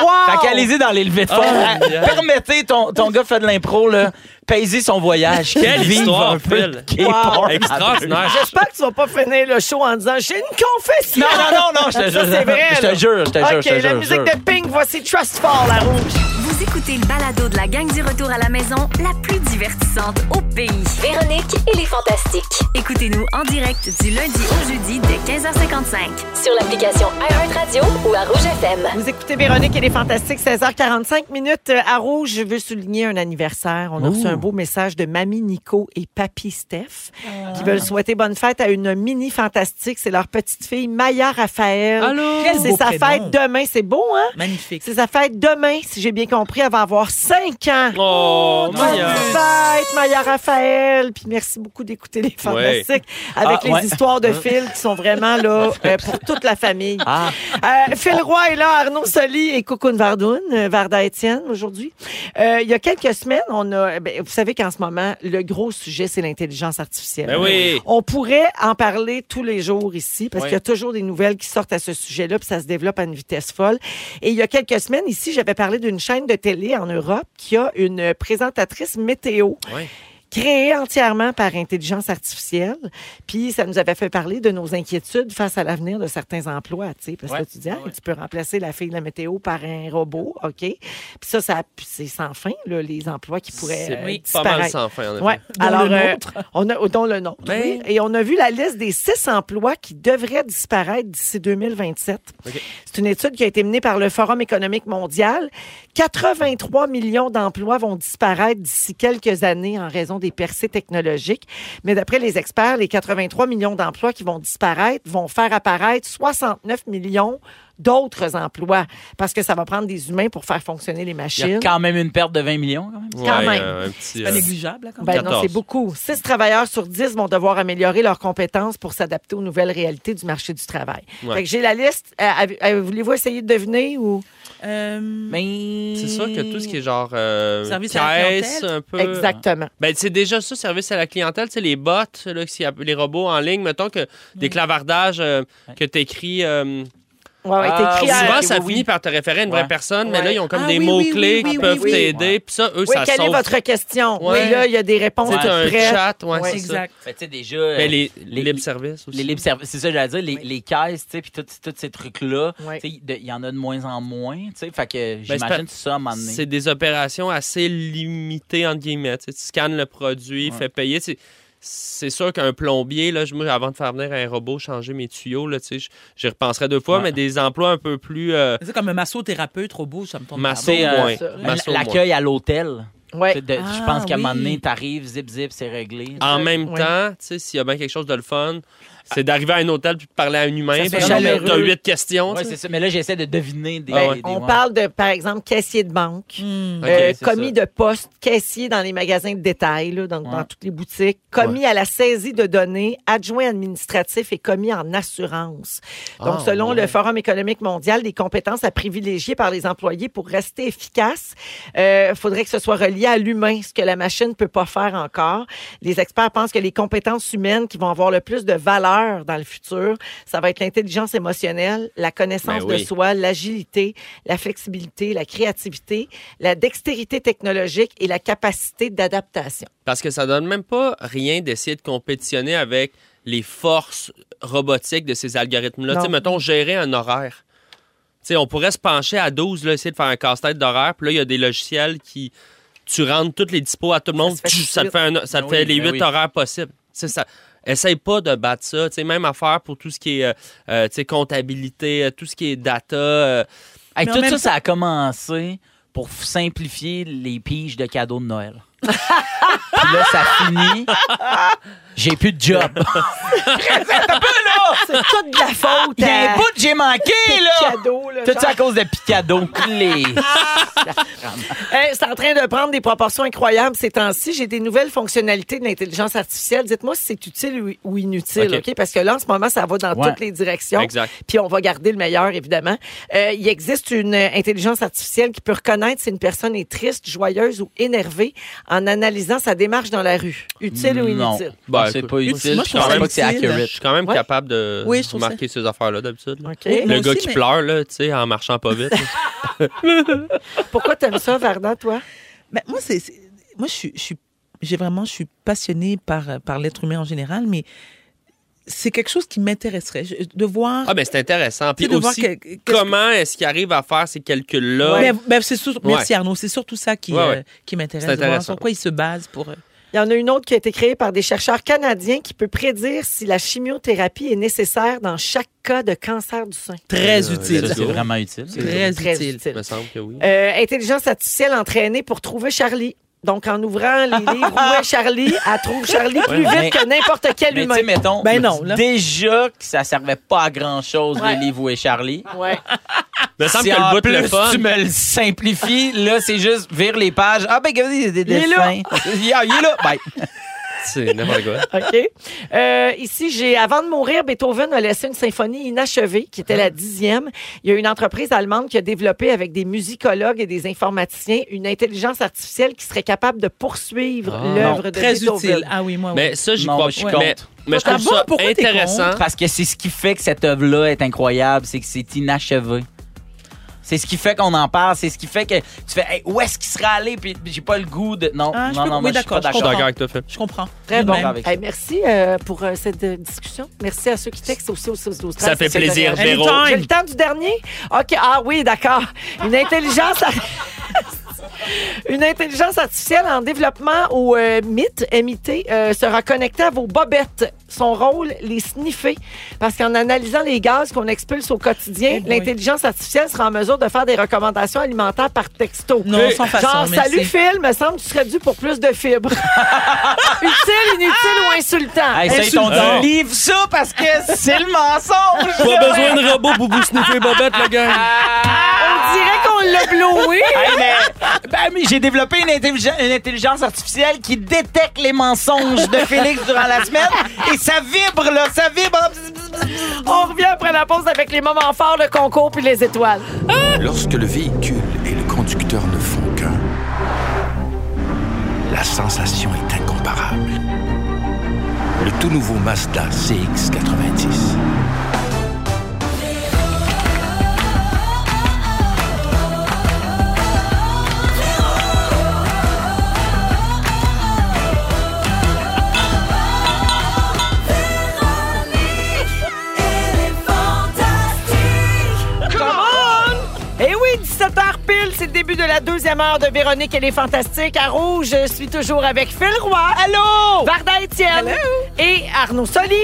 S2: Wow!
S3: Fait qu'allez-y dans les levées de fond.
S7: Oh, yeah.
S3: Permettez, ton, ton gars fait de l'impro, là. Paisez son voyage.
S7: Quelle
S3: Vive
S7: histoire,
S3: un peu
S7: Phil.
S3: de K-pop.
S7: Extraordinaire.
S2: J'espère que tu vas pas finir le show en disant j'ai une confession.
S3: Non, non, non, non, je te
S2: Ça,
S3: jure.
S2: c'est vrai,
S3: Je
S2: là.
S3: te jure, je te
S2: OK,
S3: jure, je te
S2: la
S3: jure,
S2: musique
S3: jure.
S2: de Pink, voici Trust Fall, la rouge.
S1: Vous écoutez le balado de la gang du retour à la maison, la plus divertissante au pays.
S8: Véronique et les Fantastiques.
S1: Écoutez-nous en direct du lundi au jeudi dès 15h55.
S8: Sur l'application iHeartRadio ou à Rouge FM.
S2: Vous écoutez Véronique et les Fantastiques, 16h45 minutes euh, à Rouge. Je veux souligner un anniversaire. On a reçu un beau message de Mamie Nico et Papy Steph qui veulent souhaiter bonne fête à une mini fantastique. C'est leur petite fille Maya Raphaël.
S7: Allô?
S5: Quel
S2: C'est
S5: beau
S2: sa
S5: prénom.
S2: fête demain. C'est beau, hein?
S5: Magnifique.
S2: C'est sa fête demain, si j'ai bien compris. Elle va avoir 5 ans.
S7: Oh,
S2: Bonne
S7: Maya.
S2: fête, Maya Raphaël. Puis merci beaucoup d'écouter les Fantastiques avec
S3: Ah,
S2: les
S3: ouais.
S2: histoires de Phil qui sont vraiment là euh, pour toute la famille.
S3: Ah.
S2: Euh, Phil Roy est là, Arnaud Soli et Cocoon Vardoun, euh, Varda Etienne aujourd'hui. Euh, il y a quelques semaines, on a, ben, vous savez qu'en ce moment, le gros sujet, c'est l'intelligence artificielle.
S7: Ben oui.
S2: On pourrait en parler tous les jours ici parce
S7: Oui.
S2: qu'il y a toujours des nouvelles qui sortent à ce sujet-là, puis ça se développe à une vitesse folle. Et il y a quelques semaines ici, j'avais parlé d'une chaîne de télé en Europe qui a une présentatrice météo
S7: Oui.
S2: créée entièrement par intelligence artificielle. Puis ça nous avait fait parler de nos inquiétudes face à l'avenir de certains emplois, tu sais, parce
S3: Ouais.
S2: que tu dis, ah, tu peux remplacer la fille de la météo par un robot, OK? Puis ça, ça c'est sans fin, là, les emplois qui pourraient
S7: C'est
S2: euh,
S7: pas mal
S2: disparaître.
S7: sans fin, en effet.
S2: Ouais.
S5: Dont
S2: Alors,
S5: le
S2: euh,
S5: nôtre.
S2: on a, dont le nôtre.
S7: Ben.
S2: oui. Et on a vu la liste des six emplois qui devraient disparaître d'ici 2027.
S7: OK.
S2: C'est une étude qui a été menée par le Forum économique mondial. 83 millions d'emplois vont disparaître d'ici quelques années en raison des percées technologiques. Mais d'après les experts, les 83 millions d'emplois qui vont disparaître vont faire apparaître 69 millions d'autres emplois parce que ça va prendre des humains pour faire fonctionner les
S3: Il y
S2: machines.
S3: a quand même une perte de 20 millions, quand même.
S7: Ouais,
S2: quand même.
S7: euh, un petit,
S5: Pas
S7: euh,
S5: négligeable, là, quand
S2: Ben non,
S7: 14.
S2: c'est beaucoup. Six travailleurs sur dix vont devoir améliorer leurs compétences pour s'adapter aux nouvelles réalités du marché du travail.
S7: Ouais.
S2: Fait que j'ai la liste. Euh, avez- euh, Voulez-vous essayer de deviner ou
S5: même. Euh,
S3: Mais.
S7: C'est sûr que tout ce qui est genre euh,
S5: Service à la
S7: caisse,
S5: clientèle.
S7: un peu.
S2: exactement?
S7: Ben, c'est déjà ça, service à la clientèle, tu sais, les bots, là, que s'il y a les robots en ligne, mettons que des clavardages euh, que t'écris. euh,
S2: Ouais, ouais,
S3: Ah,
S2: t'écris à-
S7: souvent,
S2: oui,
S7: ça
S2: oui, oui.
S7: finit par te référer à une vraie
S3: Ouais.
S7: personne,
S2: Ouais.
S7: mais là, ils ont comme
S5: Ah
S7: des
S5: oui, oui,
S7: mots-clés
S5: oui,
S7: qui
S5: oui,
S7: peuvent
S2: oui.
S7: t'aider,
S3: Ouais.
S7: puis ça, eux,
S2: Oui,
S7: ça
S2: quelle
S7: sauve.
S2: est votre question?
S7: Ouais.
S2: Oui, là, il y a des réponses
S7: C'est un
S2: prêtes.
S7: chat, ouais,
S2: Ouais.
S7: c'est ça.
S5: Exact.
S3: Mais tu sais, déjà.
S7: Ben, les,
S3: les-
S7: libres services aussi.
S3: Les libres services, c'est ça, j'allais dire, les, les caisses, tu sais, puis tous tous ces trucs-là,
S2: Ouais.
S3: tu sais, de- il y en a de moins en moins, tu sais, fait que
S7: Ben, c'est
S3: j'imagine
S7: pas-
S3: ça à un moment donné.
S7: c'est des opérations assez limitées, entre guillemets. Tu, sais, tu scannes le produit,
S3: Ouais.
S7: fais payer. C'est- C'est sûr qu'un plombier, là, je- moi, avant de faire venir un robot changer mes tuyaux, là, tu sais, je- j'y repenserais deux fois,
S3: Ouais.
S7: mais des emplois un peu plus euh,
S5: C'est comme un massothérapeute robot, ça me tombe pas.
S7: masso
S3: C'est, euh,
S7: moins.
S2: ça.
S7: Masso moins.
S3: L'accueil à l'hôtel,
S2: Ouais.
S3: tu sais, de- je
S5: Ah,
S3: pense qu'à un moment
S5: oui.
S3: donné, t'arrives, zip, zip, c'est réglé.
S7: En même
S2: Ouais.
S7: temps, tu sais, s'il y a bien quelque chose de le fun, C'est d'arriver à un hôtel puis de parler à un humain.
S3: Ça
S7: Puis
S3: soit
S7: là,
S3: chaleureux.
S7: t'as huit questions.
S3: Ouais,
S7: tu sais.
S3: c'est ça. Mais là, j'essaie de deviner des.
S7: Ah ouais.
S3: des-
S2: Ben, On
S3: ouais.
S2: parle de, par exemple, caissier de banque,
S5: Hmm.
S7: Ok,
S2: euh,
S7: c'est
S2: commis
S7: ça.
S2: de poste, caissier dans les magasins de détail, là, dans, dans
S3: Ouais.
S2: toutes les boutiques, commis à la saisie de données, adjoint administratif et commis en assurance. Donc,
S7: Ah,
S2: selon
S7: ouais.
S2: le Forum économique mondial, des compétences à privilégier par les employés pour rester efficaces, euh, faudrait que ce soit relié à l'humain, ce que la machine ne peut pas faire encore. Les experts pensent que les compétences humaines qui vont avoir le plus de valeur dans le futur, ça va être l'intelligence émotionnelle, la connaissance
S7: Ben
S2: de
S7: oui.
S2: soi, l'agilité, la flexibilité, la créativité, la dextérité technologique et la capacité d'adaptation.
S7: Parce que ça donne même pas rien d'essayer de compétitionner avec les forces robotiques de ces algorithmes-là.
S2: Non.
S7: Tu sais, mettons, gérer un horaire. Tu sais, on pourrait se pencher à 12, là, essayer de faire un casse-tête d'horaire. Puis là, il y a des logiciels qui. Tu rentres toutes les dispos à tout le monde,
S2: se fait
S7: tchou,
S2: tout de
S7: ça, te
S2: suite.
S7: fait, un- ça te
S3: Ben
S7: fait
S3: oui,
S7: les
S3: ben
S7: huit
S3: oui.
S7: horaires possibles. Tu sais, ça, essaye pas de battre ça. Tu sais, même affaire pour tout ce qui est euh, euh, tu sais, comptabilité, euh, tout ce qui est data. euh,
S3: Hey,
S5: Mais en
S3: tout
S5: même
S3: ça, ça a commencé pour f- simplifier les piges de cadeaux de Noël. Puis là, ça finit. J'ai plus de job.
S2: C'est toute de la faute.
S3: Il y a
S2: à-
S3: un bout que j'ai manqué, là!
S2: Cadeau, là,
S3: Tout
S2: genre.
S3: ça à cause de Picado. Clé.
S2: Hey, c'est en train de prendre des proportions incroyables ces temps-ci. J'ai des nouvelles fonctionnalités de l'intelligence artificielle. Dites-moi si c'est utile ou, ou inutile,
S7: Ok.
S2: OK? Parce que là, en ce moment, ça va dans
S3: Ouais.
S2: toutes les directions.
S7: Exact.
S2: Puis on va garder le meilleur, évidemment. Euh, il existe une euh, intelligence artificielle qui peut reconnaître si une personne est triste, joyeuse ou énervée en analysant sa démarche dans la rue. Utile ou
S3: Non.
S2: inutile?
S7: Ben,
S3: Ah, c'est
S7: écoute,
S3: pas
S5: moi,
S3: utile.
S5: je
S3: Je
S5: trouve
S3: pense
S7: ça
S3: pas que c'est
S5: utile.
S7: Je
S3: accurate.
S7: suis quand même
S2: Ouais.
S7: capable de
S5: Oui, je trouve
S7: marquer ces affaires-là d'habitude. là.
S2: OK.
S5: Oui,
S7: Le
S5: moi
S7: gars
S5: aussi,
S7: qui
S5: mais-
S7: pleure, là, tu sais, en marchant pas vite.
S2: Pourquoi t'aimes ça, Varda, toi?
S5: Ben, moi, c'est, c'est- moi, je suis, je suis- j'ai vraiment, je suis passionnée par, euh, par l'être humain en général, mais c'est quelque chose qui m'intéresserait je- de voir.
S7: ah, mais c'est intéressant.
S5: tu
S7: Puis
S5: sais, de voir
S7: aussi,
S5: que- que- qu'est-ce que-
S7: comment est-ce qu'il arrive à faire ces calculs-là?
S5: Mais- ben, c'est sûr-
S7: Ah, Ouais.
S5: Merci Arnaud, c'est surtout ça qui,
S7: Ouais, ouais.
S5: euh, qui m'intéresse.
S7: C'est
S5: de voir
S7: intéressant.
S5: Sur quoi il se base pour. euh,
S2: Il y en a une autre qui a été créée par des chercheurs canadiens qui peut prédire si la chimiothérapie est nécessaire dans chaque cas de cancer du sein.
S5: Très
S7: Euh,
S5: utile.
S3: Ça,
S7: let's
S3: c'est
S7: go.
S3: vraiment utile.
S5: Très,
S2: Très
S5: utile.
S2: utile.
S7: Il me semble que oui.
S2: Euh, intelligence artificielle entraînée pour trouver Charlie. Donc, en ouvrant les livres Où est Charlie, elle trouve Charlie plus
S3: Ouais, mais-
S2: vite que n'importe quel
S3: Mais tu
S2: humain.
S3: sais, mettons,
S5: Ben non, là.
S3: déjà que ça servait pas à grand-chose, les livres où est Charlie.
S2: Ouais.
S7: Il me semble
S3: Si
S7: que
S3: en
S7: le bout
S3: plus,
S7: le fun.
S3: tu me le simplifies, là, c'est juste vire les pages. Ah, ben, regardez, il y a des
S2: est là.
S3: dessins. Il est là. Il est là. Bye.
S7: C'est n'importe quoi.
S2: OK. Euh, ici, j'ai Avant de mourir, Beethoven a laissé une symphonie inachevée, qui était
S3: Hein?
S2: la dixième. Il y a une entreprise allemande qui a développé avec des musicologues et des informaticiens une intelligence artificielle qui serait capable de poursuivre
S7: Ah.
S2: l'œuvre de
S5: Très
S2: Beethoven.
S5: utile. Ah oui, moi, oui.
S7: Mais ça, j'y
S3: Non,
S7: crois
S3: moi, je suis
S7: pas.
S3: contre.
S7: Mais, mais je
S5: Ah
S7: trouve
S5: bon?
S7: ça
S5: Pourquoi t'es
S7: intéressant.
S3: Parce que c'est ce qui fait que cette œuvre-là est incroyable, c'est que c'est inachevé. C'est ce qui fait qu'on en parle, c'est ce qui fait que tu fais Hey, où est-ce qu'il serait allé puis j'ai pas le goût de non
S5: Ah, je
S3: non
S5: peux-
S3: non
S5: oui,
S3: moi, je suis
S5: d'accord,
S3: pas
S5: je
S7: Je suis
S3: d'accord.
S7: d'accord avec toi, Phil.
S5: Je comprends.
S2: Très
S5: De
S2: bon.
S5: même.
S3: avec
S2: Hey, merci euh, pour euh, cette euh, discussion. Merci à ceux qui textent aussi au 6 12
S7: Ça fait plaisir,
S5: Anytime.
S7: Véro.
S2: J'ai le temps du dernier? OK. Ah oui, d'accord. Une intelligence... Une intelligence artificielle en développement ou euh, MIT, MIT euh, sera connectée à vos bobettes. Son rôle, les sniffer. Parce qu'en analysant les gaz qu'on expulse au quotidien,
S5: Eh oui.
S2: l'intelligence artificielle sera en mesure de faire des recommandations alimentaires par texto.
S5: Non, sans façon,
S2: Genre,
S5: merci.
S2: salut Phil, me semble que tu serais dû pour plus de fibres. Utile, inutile ou insultant?
S3: Hey, ça, ils t'ont
S7: Insultant.
S3: dit livre ça parce que c'est le mensonge.
S7: Pas besoin de robot pour vous sniffer Bobette, le gars.
S2: On dirait qu'on l'a blowé.
S3: Ah, Hey, mais, ben, mais j'ai développé une, intelligen- une intelligence artificielle qui détecte les mensonges de Félix durant la semaine et ça vibre là, ça vibre.
S2: On revient après la pause avec les moments forts, le concours puis les étoiles.
S6: Lorsque le véhicule et le conducteur ne font qu'un, la sensation est incomparable. Le tout nouveau Mazda CX90.
S2: Et Eh oui, 17h pile, c'est le début de la deuxième heure de Véronique et les Fantastiques. À Rouge, je suis toujours avec Phil Roy. Allô! Varda Etienne. Et Arnaud Soli.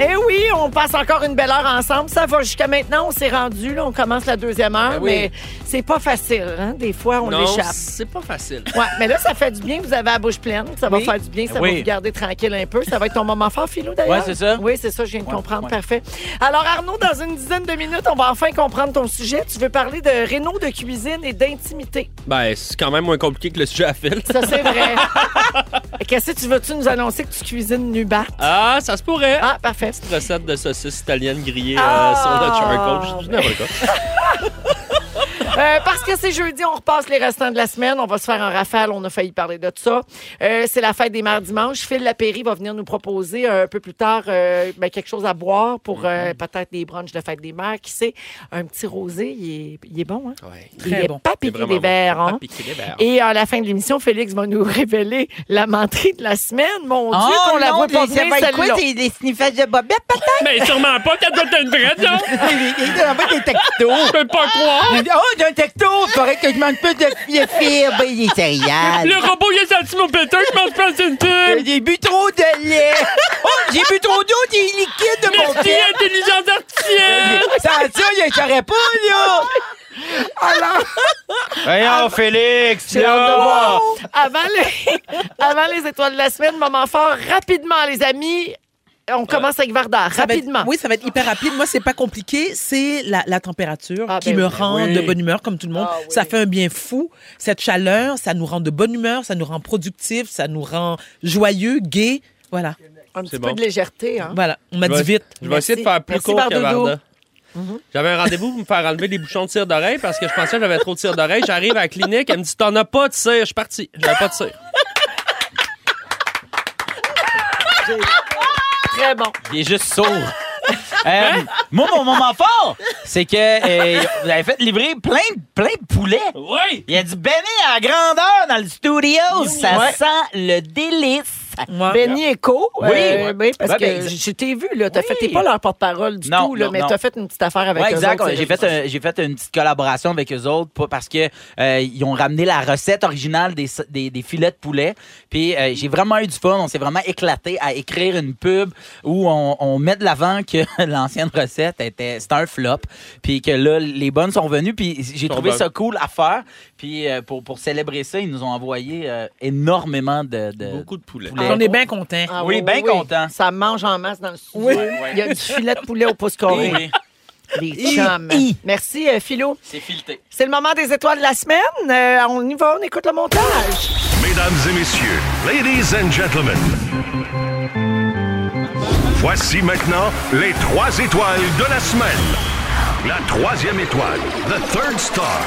S2: Et oui, on passe encore une belle heure ensemble. Ça va jusqu'à maintenant, on s'est rendu, là, on commence la deuxième heure.
S3: Ben oui.
S2: Mais C'est pas facile, hein? Des fois, on
S7: non,
S2: l'échappe.
S7: c'est pas facile.
S2: Ouais, mais là, ça fait du bien. Vous avez la bouche pleine. Ça va
S3: Oui.
S2: faire du bien. Ça
S3: Oui.
S2: va vous garder tranquille un peu. Ça va être ton moment fort, Philou, d'ailleurs.
S3: Ouais, c'est ça.
S2: Oui, c'est ça. Je viens de
S3: Ouais,
S2: comprendre.
S3: ouais.
S2: Parfait. Alors, Arnaud, dans une dizaine de minutes, on va enfin comprendre ton sujet. Tu veux parler de réno de cuisine et d'intimité.
S7: Ben, c'est quand même moins compliqué que le sujet à fil.
S2: Ça, c'est vrai. Qu'est-ce que tu veux-tu nous annoncer que tu cuisines Nubat?
S7: Ah, ça se pourrait.
S2: Ah, parfait.
S7: Recette de saucisse italienne grillée euh,
S2: Ah,
S7: sur le charcoal. Je dis
S2: ben-
S7: n'importe quoi.
S2: Euh, parce que c'est jeudi, on repasse les restants de la semaine. On va se faire un rafale. On a failli parler de ça. Euh, c'est la fête des mères dimanche. Phil Lapéry va venir nous proposer euh, un peu plus tard euh, ben, quelque chose à boire pour
S7: Mm-hmm.
S2: euh, peut-être des brunchs de fête des mères. Qui sait, un petit rosé, il est, il est bon. Hein?
S7: Ouais.
S2: il est
S5: bon.
S2: pas
S7: C'est
S2: piqué
S7: vraiment
S2: des verres.
S7: bon.
S2: hein?
S7: Pas piqué des verres.
S2: Et à la fin de l'émission, Félix va nous révéler la menterie de la semaine. Mon Dieu,
S3: Oh,
S2: qu'on la
S3: non,
S2: voit
S3: des-
S2: pas
S3: ça
S2: venir,
S3: va être quoi,
S2: celle-là.
S3: des, des sniffages de bobette, peut-être?
S4: Mais sûrement pas, t'as doit être une vraie, non?
S3: Ça va être des
S4: Je
S3: tectos.
S4: peux pas croire.
S3: Oh, j'ai un tecto! C'est correct que je manque plus de, de fibres et des céréales.
S4: Le robot, il est senti mon péteur, je mange pas une
S3: Euh,
S4: pub.
S3: J'ai bu trop de lait. Oh, j'ai bu trop d'eau, des liquides de mon
S4: Merci,
S3: père.
S4: intelligence artificielle.
S3: Sans ça, je saurais pas, là.
S7: Voyons, Félix!
S2: J'ai hâte de voir. Avant les, avant les étoiles de la semaine, moment fort, rapidement, les amis. On commence avec Varda,
S5: Euh, Ça va être-
S2: rapidement.
S5: oui, ça va être hyper rapide. Moi, c'est pas compliqué. C'est la, la température
S2: Ah,
S5: qui
S2: ben
S5: me
S2: oui.
S5: rend
S3: Oui.
S5: de bonne humeur, comme tout le monde.
S2: Ah, oui.
S5: Ça fait un bien fou. Cette chaleur, ça nous rend de bonne humeur, ça nous rend productif, ça nous rend joyeux, gai. Voilà.
S2: Un petit
S7: C'est
S2: peu
S7: bon.
S2: de légèreté. Hein?
S5: Voilà. On m'a
S7: Je vais-
S5: dit vite.
S7: Je vais
S5: Merci.
S7: essayer de faire plus
S5: Merci,
S7: court que
S5: Bardodo.
S7: Varda. J'avais un rendez-vous pour me faire enlever des bouchons de cire d'oreille parce que je pensais que j'avais trop de cire d'oreille. J'arrive à la clinique, elle me dit T'en as pas de cire. Je suis parti. J'avais pas de cire.
S2: Très bon.
S3: Il est juste sourd. Euh, moi, mon moment fort, c'est que euh, vous avez fait livrer plein, de- plein de poulets.
S4: Oui!
S3: Il y a du béni à la grandeur dans le studio. Ça
S2: Ouais.
S3: sent le délice.
S5: Moi,
S2: Benny et Co. Euh, Oui. parce
S3: Ouais,
S2: que
S3: ben,
S2: je t'ai vu, là. T'as
S3: Oui.
S2: fait, t'es pas leur porte-parole du
S3: Non,
S2: tout, là,
S3: non,
S2: mais
S3: non.
S2: t'as fait une petite affaire avec
S3: Ouais,
S2: eux
S3: exact.
S2: autres, euh,
S3: Ouais,
S2: c'est-
S3: J'ai fait, un- j'ai fait une petite collaboration avec eux autres pas parce que euh, ils ont ramené la recette originale des, des, des filets de poulet. Puis euh, j'ai vraiment eu du fun. On s'est vraiment éclaté à écrire une pub où on, on met de l'avant que l'ancienne recette était c'était un flop. Puis que là, les bonnes sont venues. Puis j'ai
S7: Sont
S3: trouvé
S7: bonnes.
S3: ça cool à faire. Puis euh, pour, pour célébrer ça, ils nous ont envoyé euh, énormément de, de-
S7: Beaucoup de poulet.
S3: poulet.
S5: on est bien contents.
S2: Ah,
S3: Oui, ben content.
S2: Ça mange en masse dans le studio. Il y a du filet de poulet au pouce
S3: Oui,
S2: carré.
S3: oui,
S2: Les chums. Merci, euh, Philo.
S3: c'est fileté.
S2: C'est le moment des étoiles de la semaine. Euh, on y va, on écoute le montage.
S6: Mesdames et messieurs, ladies and gentlemen, voici maintenant les trois étoiles de la semaine. La troisième étoile, the third star,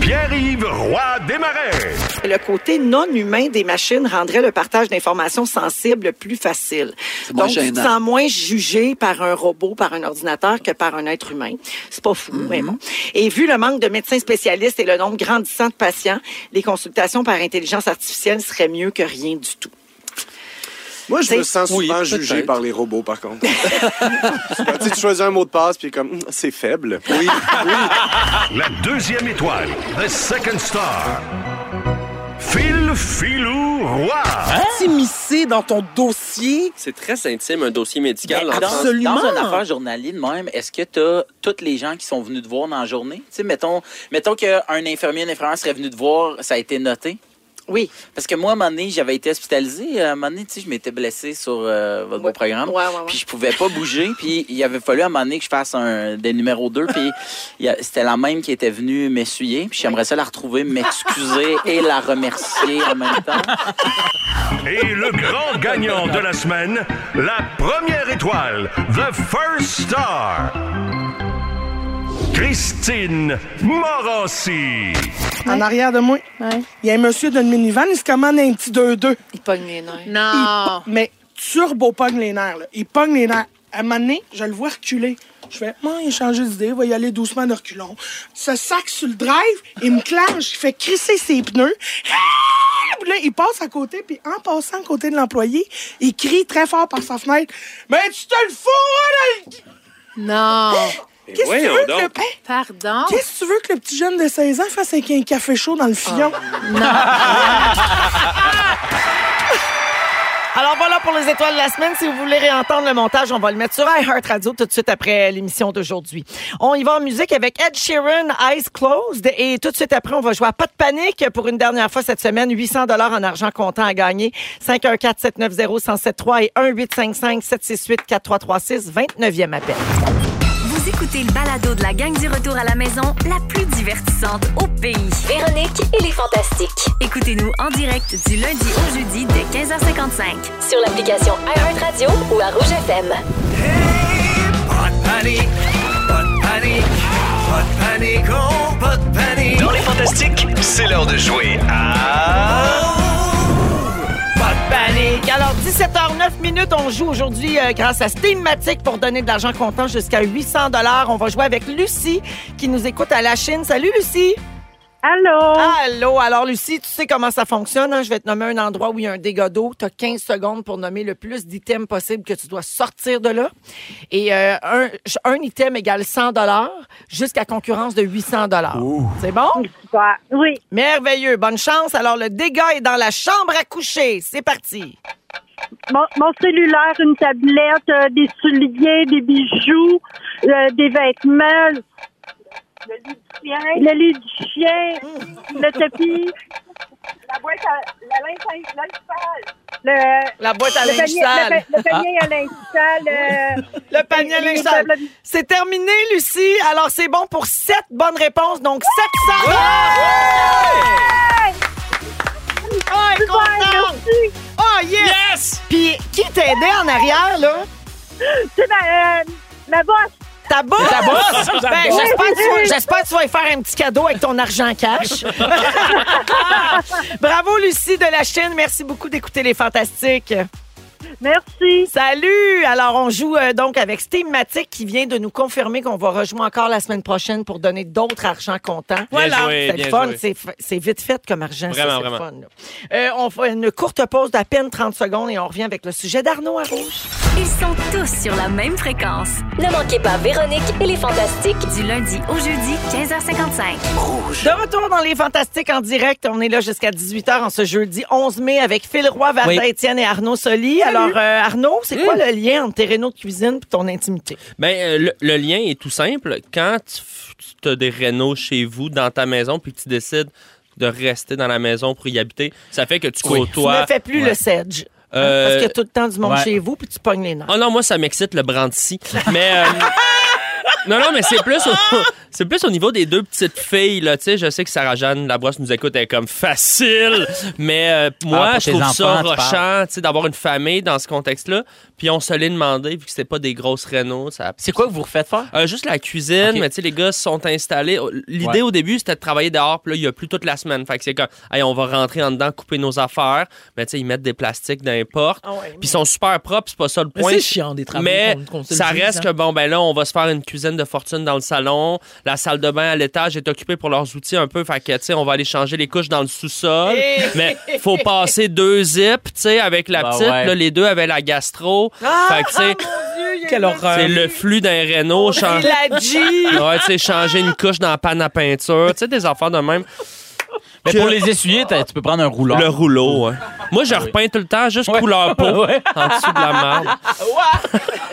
S6: Pierre-Yves Roy Desmarais.
S10: Le côté non humain des machines rendrait le partage d'informations sensibles plus facile.
S11: moins
S10: Donc, tu te
S11: gênant.
S10: sens moins jugé par un robot, par un ordinateur que par un être humain. C'est pas
S11: Mm-hmm.
S10: fou, mais bon. Et vu le manque de médecins spécialistes et le nombre grandissant de patients, les consultations par intelligence artificielle seraient mieux que rien du tout.
S11: Moi, je me
S10: T'es-
S11: sens souvent
S10: Oui,
S11: jugé
S10: peut-être.
S11: par les robots, par contre. Quand tu choisis un mot de passe, puis comme, Hum, c'est faible. Oui, oui.
S6: La deuxième étoile, the second star, Phil Philou Roy.
S5: T'immiscer dans ton dossier.
S7: C'est très intime, un dossier médical.
S3: Mais dans-
S5: Absolument.
S3: Dans une affaire journalier de même, est-ce que tu as tous les gens qui sont venus te voir dans la journée? Tu sais, mettons, mettons qu'un infirmier, une infirmière serait venu te voir, ça a été noté.
S10: Oui.
S3: Parce que moi, à un moment donné, j'avais été hospitalisé. À un moment donné, tu sais, je m'étais blessé sur euh, votre beau programme.
S10: Ouais, ouais, ouais.
S3: Puis je pouvais pas bouger. Puis il avait fallu à un moment donné que je fasse un, des numéros 2. Puis il y a- c'était la même qui était venue m'essuyer. Puis j'aimerais ça la retrouver, m'excuser et la remercier en même temps.
S6: Et le grand gagnant de la semaine, la première étoile, The First Star. Christine Morassi.
S10: En arrière de moi, il y a un monsieur d'une minivan, il se commande un petit 2-2. Il pogne les nerfs.
S2: Non.
S10: Mais turbo pogne les nerfs, là. Il pogne les nerfs. À un moment donné, je le vois reculer. Je fais, moi, il a changé d'idée, il va y aller doucement de reculons. Ce sac sur le drive, il me clenche, il fait crisser ses pneus. Ah! Puis là, il passe à côté, puis en passant à côté de l'employé, il crie très fort par sa fenêtre Mais tu te le fous, hein, dans le-
S2: Non.
S10: Qu'est-ce que tu veux que le... Hey,
S2: Pardon?
S10: Qu'est-ce que tu veux que le petit jeune de 16 ans fasse avec un café chaud dans le fion?
S2: Alors voilà pour les étoiles de la semaine. Si vous voulez réentendre le montage, on va le mettre sur iHeartRadio tout de suite après l'émission d'aujourd'hui. On y va en musique avec Ed Sheeran, Eyes Closed. Et tout de suite après, on va jouer à Pas de panique pour une dernière fois cette semaine. 800 dollars en argent comptant à gagner. 514-790-1073 et 1-855-768-4336. 29e appel.
S1: Vous écoutez le balado de la gang du retour à la maison, la plus divertissante au pays. Véronique et les Fantastiques. Écoutez-nous en direct du lundi au jeudi dès 15h55 sur l'application iHeartRadio ou à Rouge FM.
S9: Pas de panique, pas de panique, pas de panique, oh, pas de panique. Dans les fantastiques, c'est l'heure de jouer à.
S2: Pas de panique. Alors, 17h09 minutes, on joue aujourd'hui euh, grâce à Steamatic pour donner de l'argent comptant jusqu'à 800 dollars. On va jouer avec Lucie qui nous écoute à la Chine. Salut Lucie. Allô. Allô. Alors Lucie, tu sais comment ça fonctionne. hein? Je vais te nommer un endroit où il y a un dégât d'eau. Tu as 15 secondes pour nommer le plus d'items possible que tu dois sortir de là. Et euh, un, un item égale 100 dollars jusqu'à concurrence de 800 dollars. C'est bon? Oui. Merveilleux. Bonne chance. Alors le dégât est dans la chambre à coucher. C'est parti.
S12: Mon, mon cellulaire, une tablette, euh, des souliers, des bijoux, euh, des vêtements. Le lit du chien. Le lit du chien. le tapis. La boîte à la linge,
S2: La boîte à linge sale. Ah.
S12: Le panier à linge sale. euh,
S2: Le panier à
S12: les-
S2: linge
S12: les
S2: sale.
S12: tables-
S2: C'est terminé, Lucie. Alors, c'est bon pour 7 bonnes réponses, donc 700 Ah, elle est contente! Ah, yes! Puis, qui t'aidait en arrière, là? C'est ma, bosse. Ta bosse?
S9: Ta bosse?
S2: Ben,
S9: Ta bosse.
S2: j'espère que, tu vas- j'espère que tu vas y faire un petit cadeau avec ton argent cash. Bravo, Lucie de la Chine. Merci beaucoup d'écouter Les Fantastiques. Merci. Salut. Alors, on joue euh, donc avec Steamatic qui vient de nous confirmer qu'on va rejoindre encore la semaine prochaine pour donner d'autres argents comptants.
S7: Voilà. joué,
S2: C'est le
S7: bien
S2: fun.
S7: joué.
S2: C'est f- C'est vite fait comme argent. ça,
S7: Vraiment,
S2: c'est le
S7: vraiment.
S2: fun, là. Euh, on fait une courte pause d'à peine 30 secondes et on revient avec le sujet d'Arnaud à rouge.
S1: Ils sont tous sur la même fréquence. Ne manquez pas Véronique et les Fantastiques du lundi au jeudi 15h55.
S2: De retour dans les Fantastiques en direct. On est là jusqu'à 18h en ce jeudi 11 mai avec Phil Roy, Varda
S3: Oui.
S2: Étienne et Arnaud Soli. Alors, euh, Arnaud, c'est quoi
S7: Mmh.
S2: le lien entre tes rénaux de cuisine et ton intimité?
S7: Ben, euh, le, le lien est tout simple. Quand tu as des rénaux chez vous, dans ta maison, puis que tu décides de rester dans la maison pour y habiter, ça fait que tu côtoies...
S2: Tu ne fais plus le sedge. hein,
S7: Euh,
S2: parce qu'il y a tout le temps du monde
S7: ouais.
S2: chez vous, puis tu pognes les nerfs.
S7: Oh non, moi, ça m'excite le brandy. Mais. euh, Non, non, mais c'est plus, au... c'est plus au niveau des deux petites filles. Là. Tu sais, je sais que Sarah-Jeanne Labrosse nous écoute, elle est comme facile. Mais euh, moi,
S3: Ah, pour
S7: je
S3: tes
S7: trouve ça
S3: enfants, tu
S7: rochant
S3: parles.
S7: tu sais, d'avoir une famille dans ce contexte-là. Puis on se l'est demandé, vu que c'était pas des grosses rénaux. Ça... Euh,
S3: C'est quoi que vous refaites faire?
S7: juste la cuisine, mais tu sais, les gars se sont installés. Oh, L'idée
S3: Ouais.
S7: au début, c'était de travailler dehors, puis là, il y a plus toute la semaine. Fait que c'est comme, hey, on va rentrer en dedans, couper nos affaires. Mais tu sais, ils mettent des plastiques dans les portes. Puis ils sont super propres, c'est pas ça le
S5: Mais
S7: point.
S5: c'est chiant, des travaux
S7: Mais
S5: qu'on- qu'on se le
S7: ça
S5: dise,
S7: reste
S5: hein.
S7: que, bon, ben là, on va se faire une cuisine de fortune dans le salon. La salle de bain à l'étage est occupée pour leurs outils un peu. Fait que, tu sais, on va aller changer les couches dans le sous-sol.
S3: Hey!
S7: mais faut passer deux zips, tu sais, avec la
S3: Bah
S7: petite.
S3: ouais.
S7: Là, les deux avaient la gastro.
S3: Ah,
S7: fait que, tu sais,
S5: Quelle horreur.
S7: c'est le flux d'un réno. chan-
S5: dit la G.
S7: Ouais, tu sais, changer une couche dans la panne à peinture. Tu sais, des affaires de même.
S3: Mais
S7: Que-
S3: pour les essuyer, t'as- tu peux prendre un rouleau. Ah
S7: Le rouleau, hein. Moi, je repeins tout le temps, juste couleur peau,
S3: Ouais.
S7: en dessous de la marde.
S3: Ouais.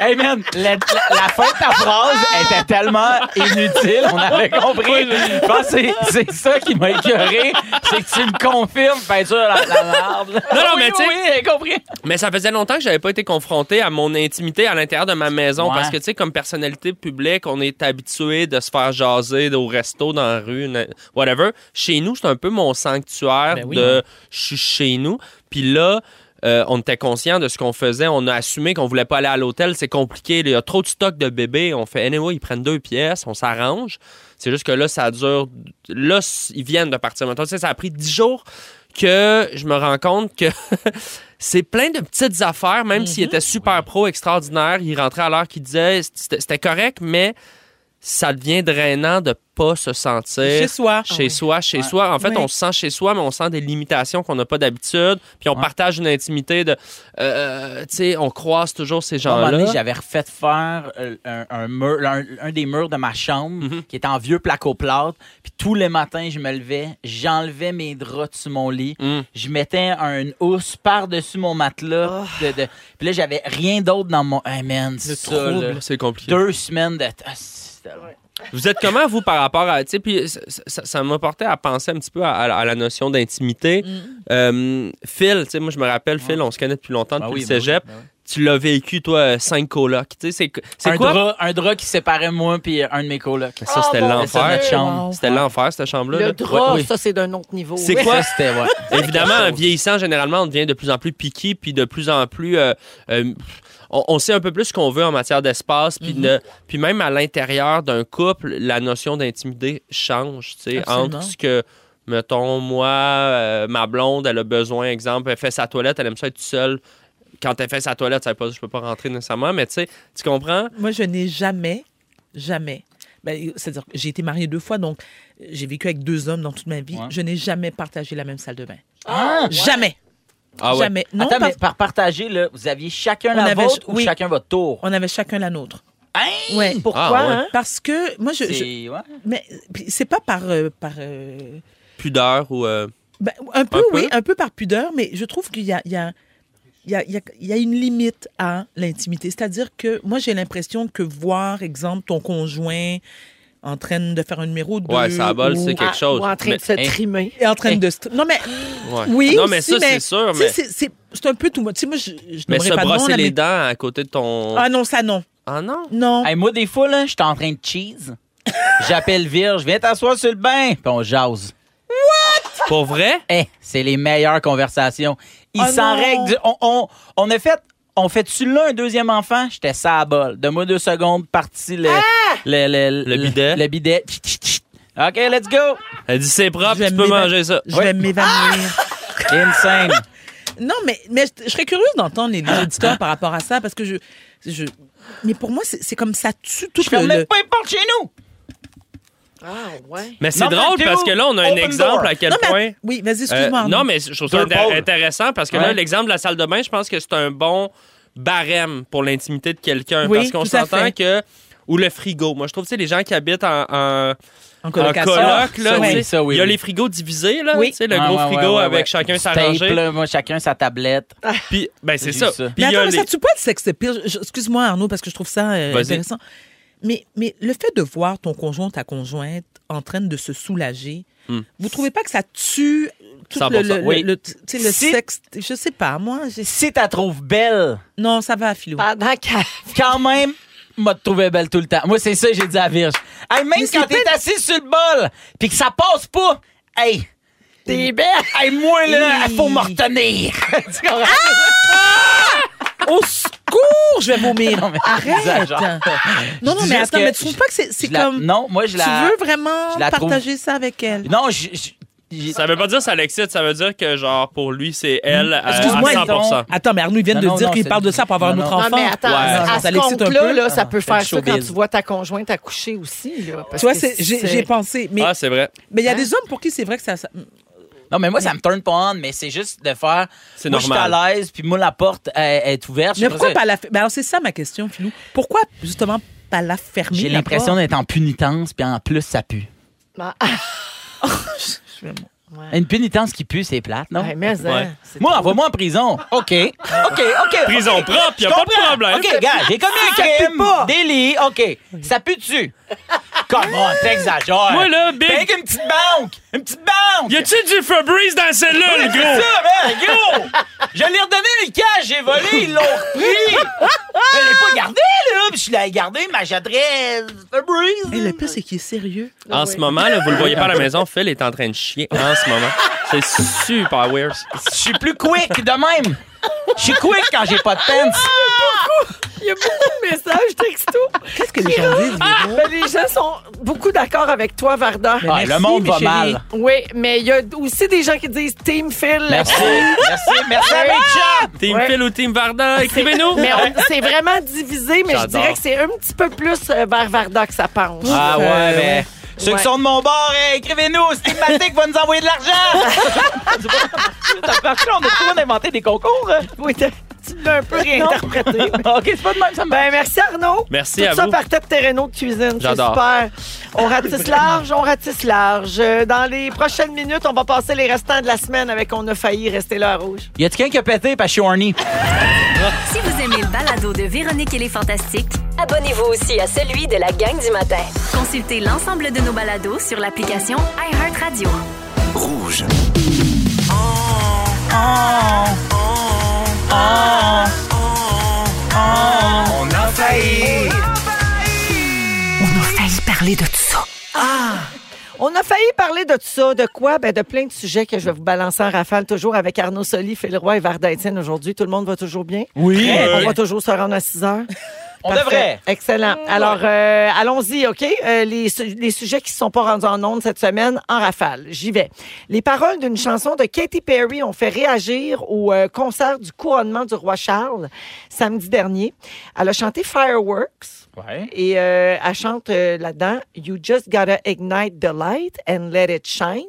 S3: Hey man, la, la- la fin de ta phrase était tellement inutile, on avait compris. Je pense que c'est- c'est ça qui m'a écœuré, c'est que tu me confirmes peinture la, la marde.
S7: Non, non, mais
S3: Oui,
S7: tu sais-
S3: oui, j'ai compris.
S7: Mais ça faisait longtemps que j'avais pas été confronté à mon intimité à l'intérieur de ma maison
S3: Ouais.
S7: parce que tu sais comme personnalité publique, on est habitué de se faire jaser au resto dans la rue, na- whatever. Chez nous, c'est un peu mon sanctuaire
S3: Ben oui.
S7: de je suis chez nous. Puis là euh, on était conscient de ce qu'on faisait, on a assumé qu'on voulait pas aller à l'hôtel, c'est compliqué, il y a trop de stock de bébés, on fait anyway, ils prennent deux pièces, on s'arrange. C'est juste que là ça dure là c- ils viennent de partir. Maintenant, tu sais, ça a pris dix jours que je me rends compte que c'est plein de petites affaires, même
S5: Mhm.
S7: s'il était super pro, extraordinaire, il rentrait à l'heure qu'il disait, c'était c'était correct, mais ça devient drainant de pas se sentir
S5: Chez soi.
S7: Chez soi, chez soi. En fait,
S5: Oui.
S7: on se sent chez soi, mais on sent des limitations qu'on n'a pas d'habitude. Puis on partage une intimité de. euh, tu sais, on croise toujours ces
S3: À un moment
S7: gens-là.
S3: donné, j'avais refait faire euh, un, un mur, un, un des murs de ma chambre
S7: Mhm.
S3: qui était en vieux placo-plâtre. Puis tous les matins, je me levais, j'enlevais mes draps sur mon lit,
S7: Mhm.
S3: je mettais un housse par-dessus mon
S2: Oh.
S3: matelas. de- de- Puis là, j'avais rien d'autre dans mon. Hey man, c'est ça.
S7: trouble,
S3: là.
S7: c'est compliqué.
S3: Deux semaines de. Ah, c'était-
S7: Vous êtes comment, vous, par rapport à. Tu sais, puis ça- ça ça m'a porté à penser un petit peu à, à- à la notion d'intimité.
S3: Mm.
S7: Euh, Phil, tu sais, moi, je me rappelle, Phil, on se connaît depuis longtemps,
S3: Ben
S7: depuis
S3: oui,
S7: le
S3: ben oui,
S7: cégep. Tu l'as vécu, toi, euh, cinq colocs. Tu sais, c'est qu- c'est
S3: un,
S7: quoi?
S3: drap, un drap qui séparait moi puis un de mes colocs.
S7: Ça,
S2: Ah, Oh,
S7: c'était l'enfer.
S3: notre chambre.
S7: C'était l'enfer, cette chambre-là.
S2: Le
S7: là.
S2: drap,
S7: Ouais, oui.
S2: ça, c'est d'un autre niveau.
S7: C'est
S2: Oui.
S7: quoi? Évidemment,
S2: quelque
S7: en
S2: chose.
S7: vieillissant, généralement, on devient de plus en plus piqué, puis de plus en plus. euh, euh, on, on sait un peu plus ce qu'on veut en matière d'espace, puis,
S5: Mm-hmm.
S2: Mhm.
S7: ne- puis même à l'intérieur d'un couple, la notion d'intimité change, tu sais,
S2: Absolument.
S7: entre ce que. Mettons, moi, euh, ma blonde, elle a besoin, exemple, elle fait sa toilette, elle aime ça être seule. Quand elle fait sa toilette, ça veut pas dire que je peux pas rentrer nécessairement, mais tu sais, tu comprends?
S5: Moi, je n'ai jamais, jamais. ben, C'est-à-dire que j'ai été mariée deux fois, donc euh, j'ai vécu avec deux hommes dans toute ma vie. Je n'ai jamais partagé la même salle de bain. Jamais.
S3: Ah ouais.
S5: Jamais. Non,
S3: Attends,
S5: par-
S3: mais par partager, là, vous aviez chacun
S5: On
S3: la
S5: avait-
S3: vôtre ou
S5: oui.
S3: chacun votre tour?
S5: On avait chacun la nôtre.
S3: Ouais.
S5: Pourquoi?
S3: Ah ouais.
S5: hein? Parce que moi, je.
S3: C'est-
S5: je-
S3: ouais.
S5: Mais puis c'est pas par. euh, par euh,
S7: Pudeur ou. euh,
S5: ben, un peu,
S7: Un
S5: oui,
S7: peu.
S5: un peu par pudeur, mais je trouve qu'il y a, il y, a, il y, a, il y a- il y a une limite à l'intimité. C'est-à-dire que moi, j'ai l'impression que voir, exemple, ton conjoint en train de faire un numéro de...
S7: Ouais, ça abole, c'est quelque Ah, chose.
S5: Ou en train
S7: Mais-
S5: de se
S7: Hein?
S5: trimer. Et en train de... se- Non, mais...
S7: Ouais.
S5: Oui,
S7: Non, mais
S5: aussi,
S7: ça, c'est sûr,
S5: tu sais,
S7: mais-
S5: c'est- c'est- C'est un peu tout... Tu sais, moi, je, je
S7: mais
S5: nommerai
S7: se
S5: pas de nom,
S7: brosser
S5: là,
S7: les
S5: mais-
S7: dents à côté de ton.
S5: Ah non, ça, non.
S7: Ah non?
S5: Non.
S3: Hey, moi, des fois, là, j'étais en train de cheese. J'appelle Virge, viens t'asseoir sur le bain, puis on jase. What?
S7: Pour vrai?
S3: Eh, c'est les meilleures conversations. Ils
S5: Oh
S3: s'en
S5: non.
S3: règlent. du- On, on, on a fait. On fait-tu là un deuxième enfant? J'étais ça à bol. Donne-moi deux secondes, parti le,
S5: Ah!
S3: le, le, le-
S7: bidet.
S3: Le bidet. Chut, chut, chut. OK, let's go.
S7: Elle dit c'est propre, tu peux
S3: m'éva-
S7: manger ça. Ah!
S5: Je vais m'évanouir.
S3: Insane.
S5: Non, mais, mais je, je serais curieuse d'entendre les, les
S7: Ah!
S5: auditeurs par rapport à ça, parce que je... je mais pour moi, c'est c'est comme ça tue tout
S3: On
S5: le...
S3: met
S5: le-
S3: peu importe chez nous.
S2: Ah, ouais.
S7: Mais Ben, c'est
S5: Non, mais
S7: drôle
S5: Théo,
S7: parce que là, on a un
S5: open
S7: exemple
S5: door.
S7: à quel
S5: Non, mais-
S7: point.
S5: oui, vas-y, excuse-moi,
S7: Euh, non,
S5: Arnaud.
S7: mais je trouve ça
S5: Deux
S7: intér-
S5: pôles.
S7: intéressant parce que
S5: Ouais.
S7: là, l'exemple de la salle de bain, je pense que c'est un bon barème pour l'intimité de quelqu'un.
S5: Oui,
S7: parce qu'on
S5: tout à
S7: s'entend
S5: fait.
S7: que. Ou le frigo. Moi, je trouve, tu sais, les gens qui habitent en. en en coloc,
S3: colocation.
S7: là,
S3: Ça,
S7: tu sais,
S3: oui, ça, oui,
S7: il y a
S3: oui.
S7: les frigos divisés, là, tu sais, le
S3: Ouais,
S7: gros
S3: Ah ouais,
S7: frigo
S3: ouais, ouais,
S7: avec
S3: ouais.
S7: chacun
S3: Du
S7: sa
S3: tape,
S7: rangée.
S3: là, moi, chacun sa tablette.
S7: Puis, ben, c'est
S3: J'ai
S7: ça.
S3: eu ça.
S7: Puis
S5: Mais
S7: il y a
S5: attends, mais ça
S7: les-
S5: tue pas le sexe pire. Excuse-moi, Arnaud, parce que je trouve ça euh,
S7: Vas-y.
S5: intéressant. Mais, mais le fait de voir ton conjoint, ta conjointe en train de se soulager,
S7: Hmm.
S5: vous trouvez pas que ça tue tout
S3: 100%,
S5: le, le, le-
S3: oui.
S5: le- tu sais, le
S3: Si-
S5: sexe? Je sais pas, moi. j'ai-
S3: Si t'as trouves belle,
S5: Non, ça va, Philou.
S2: Pendant
S3: quand même, m'a trouvé belle tout le temps. Moi, c'est ça que j'ai dit à Virge. Hey, même quand t'es assis sur le bol, puis que ça passe pas, Oh, hey, t'es belle. Hey, Ah! moi, là, il faut me retenir. Tu comprends?
S5: Au secours, je vais vomir.
S3: Non, mais
S5: Arrête.
S3: j'exagère.
S5: Non,
S3: Je
S5: non,
S3: dis
S5: mais
S3: juste
S5: attends,
S3: que
S5: mais tu trouves pas que c'est c'est
S3: je la-
S5: comme.
S3: Non, moi, je la-
S5: Tu veux vraiment
S3: je la trouve-
S5: partager ça avec elle?
S3: Non, je. je-
S7: Ça veut pas dire ça l'excite, ça veut dire que, genre, pour lui, c'est elle
S3: Euh,
S7: à,
S5: Hmm. Excuse-moi,
S7: à 100
S5: ils- attends, mais Arnaud, ils viennent
S3: Non,
S5: de
S3: non,
S5: dire
S3: non,
S5: qu'ils
S3: c'est-
S5: parlent de ça pour avoir un
S3: non,
S5: autre
S3: non.
S5: enfant.
S2: Non, mais attends,
S7: Ouais.
S2: à, à
S5: Ça
S2: ce
S5: l'excite un
S2: compte-là,
S5: peu. euh,
S2: là, ça peut
S3: Ah,
S2: faire
S3: c'est
S2: ça quand
S3: showbiz.
S2: tu vois ta conjointe accoucher aussi. Là, parce
S5: Tu vois,
S2: que
S5: c'est- j'ai
S2: c'est- Hein?
S5: j'ai pensé. Mais
S7: Ah, c'est vrai.
S5: mais il y a des hommes pour qui c'est vrai que ça. ça-
S3: Non, mais moi, ça me turn pas on, mais c'est juste de faire.
S7: C'est
S3: moi,
S7: normal.
S3: je suis à l'aise, puis moi, la porte elle- elle est ouverte. Je
S5: Mais
S3: sais
S5: pourquoi
S3: ça.
S5: pas la fermer? alors, c'est ça ma question, Philou. Pourquoi, justement, pas la fermer?
S3: J'ai
S5: la
S3: l'impression
S5: porte?
S3: d'être en punitence, puis en plus, ça pue.
S2: Ah, ah,
S5: Je vais-
S3: Une punitance qui pue, c'est plate, non?
S2: ouais, mais, hein,
S7: Ouais.
S2: c'est- Ah.
S3: Moi, envoie-moi en prison. OK. OK, OK.
S7: Prison
S3: OK.
S7: propre, y a
S3: Je
S7: pas de
S3: comprends.
S7: problème.
S3: OK, gars, j'ai commis un crime. Délit, OK. Ça pue dessus. Come on, t'exagères.
S7: Moi, là, Big-
S3: Fais une petite banque. Une petite banque.
S7: Y a-tu du Febreze dans celle-là, le
S3: C'est
S7: gros?
S3: ça, man, yo! Je l'ai redonné le cash, j'ai volé, ils l'ont repris! Je l'ai pas gardé, là! Puis je l'ai gardé, ma j'adresse Febreze!
S5: Et Eh, le pire, c'est qu'il est sérieux.
S7: En ce moment, là, vous le voyez pas à la maison, Phil est en train de chier en ce moment. C'est super weird.
S3: Je suis plus quick de même! Je suis quick quand j'ai pas de
S2: Ah,
S3: pants!
S2: Il y a beaucoup de messages texto.
S5: Qu'est-ce que les gens disent? Véro?
S2: Ben, les gens sont beaucoup d'accord avec toi, Varda.
S5: Mais
S3: Ah,
S5: merci,
S3: le monde
S5: mes
S3: va
S5: chéris.
S3: mal.
S2: Oui, mais il y a aussi des gens qui disent Team Phil.
S3: Merci, merci, merci à Big Chub.
S7: Team
S2: Ouais.
S7: Phil ou Team Varda, écrivez-nous!
S2: Mais on- c'est vraiment divisé, mais je
S7: J'adore.
S2: dirais que c'est un petit peu plus euh, vers Varda que ça penche.
S3: Ah ouais, mais Ceux qui sont de mon bord, eh, écrivez-nous. Stigmatique va nous envoyer de l'argent. ça marche, on a toujours inventé des concours. hein.
S2: Oui, tu l'as un peu réinterprété.
S3: OK, c'est pas de même, ça me
S2: Ben, merci Arnaud.
S7: Merci
S2: Tout
S7: à
S2: ça
S7: vous.
S2: partait de Terreno de cuisine. C'est
S7: J'adore.
S2: super. On ratisse large, on ratisse large. Euh, Dans les prochaines minutes, on va passer les restants de la semaine avec On a failli rester là à rouge.
S3: Y a quelqu'un qui a pété parce que je suis horny?
S1: Si vous aimez le balado de Véronique et les Fantastiques,
S8: Abonnez-vous aussi à celui de la gang du matin.
S1: consultez l'ensemble de nos balados sur l'application iHeartRadio.
S9: Rouge.
S3: Ah, ah,
S9: On a failli.
S2: On a failli parler de tout ça. Ah! On a failli parler de tout ça. De quoi? Ben, de plein de sujets que je vais vous balancer en rafale, toujours avec Arnaud Soli, Phil Roy et Varda Etienne aujourd'hui. Tout le monde va toujours bien?
S3: Oui.
S2: Euh,
S3: Oui.
S2: On va toujours se rendre à 6 heures?
S3: On
S2: Parfait.
S3: devrait.
S2: Excellent. Alors, euh, allons-y, OK? Euh, les, su- les sujets qui ne sont pas rendus en ondes cette semaine, en rafale. J'y vais. Les paroles d'une chanson de Katy Perry ont fait réagir au euh, concert du couronnement du roi Charles samedi dernier. Elle a chanté Fireworks. Et euh, elle chante euh, là-dedans You just gotta ignite the light and let it shine.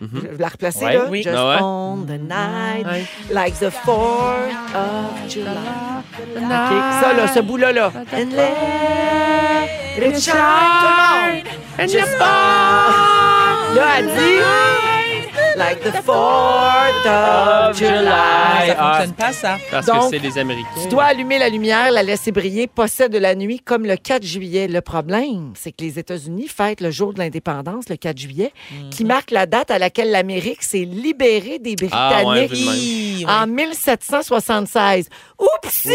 S2: Je vais la replacer
S7: Ouais.
S2: là.
S7: Oui.
S2: Just
S7: Ah ouais.
S2: on the night, like the 4th of July. OK, ça là, ce bout-là là. And let it shine. Tout le monde. Just on. Là, elle dit like the 4th of July.
S7: Ça fonctionne
S5: pas, ça.
S7: ah, Parce
S2: Donc,
S7: que c'est les Américains.
S2: Tu dois allumer la lumière, la laisser briller, possède de la nuit comme le 4 juillet. Le problème, c'est que les États-Unis fêtent le jour de l'indépendance, le 4 juillet, qui marque la date à laquelle l'Amérique s'est libérée des
S7: Ah, ouais,
S2: Britanniques
S7: vu de même.
S2: en 1776. Oupsie!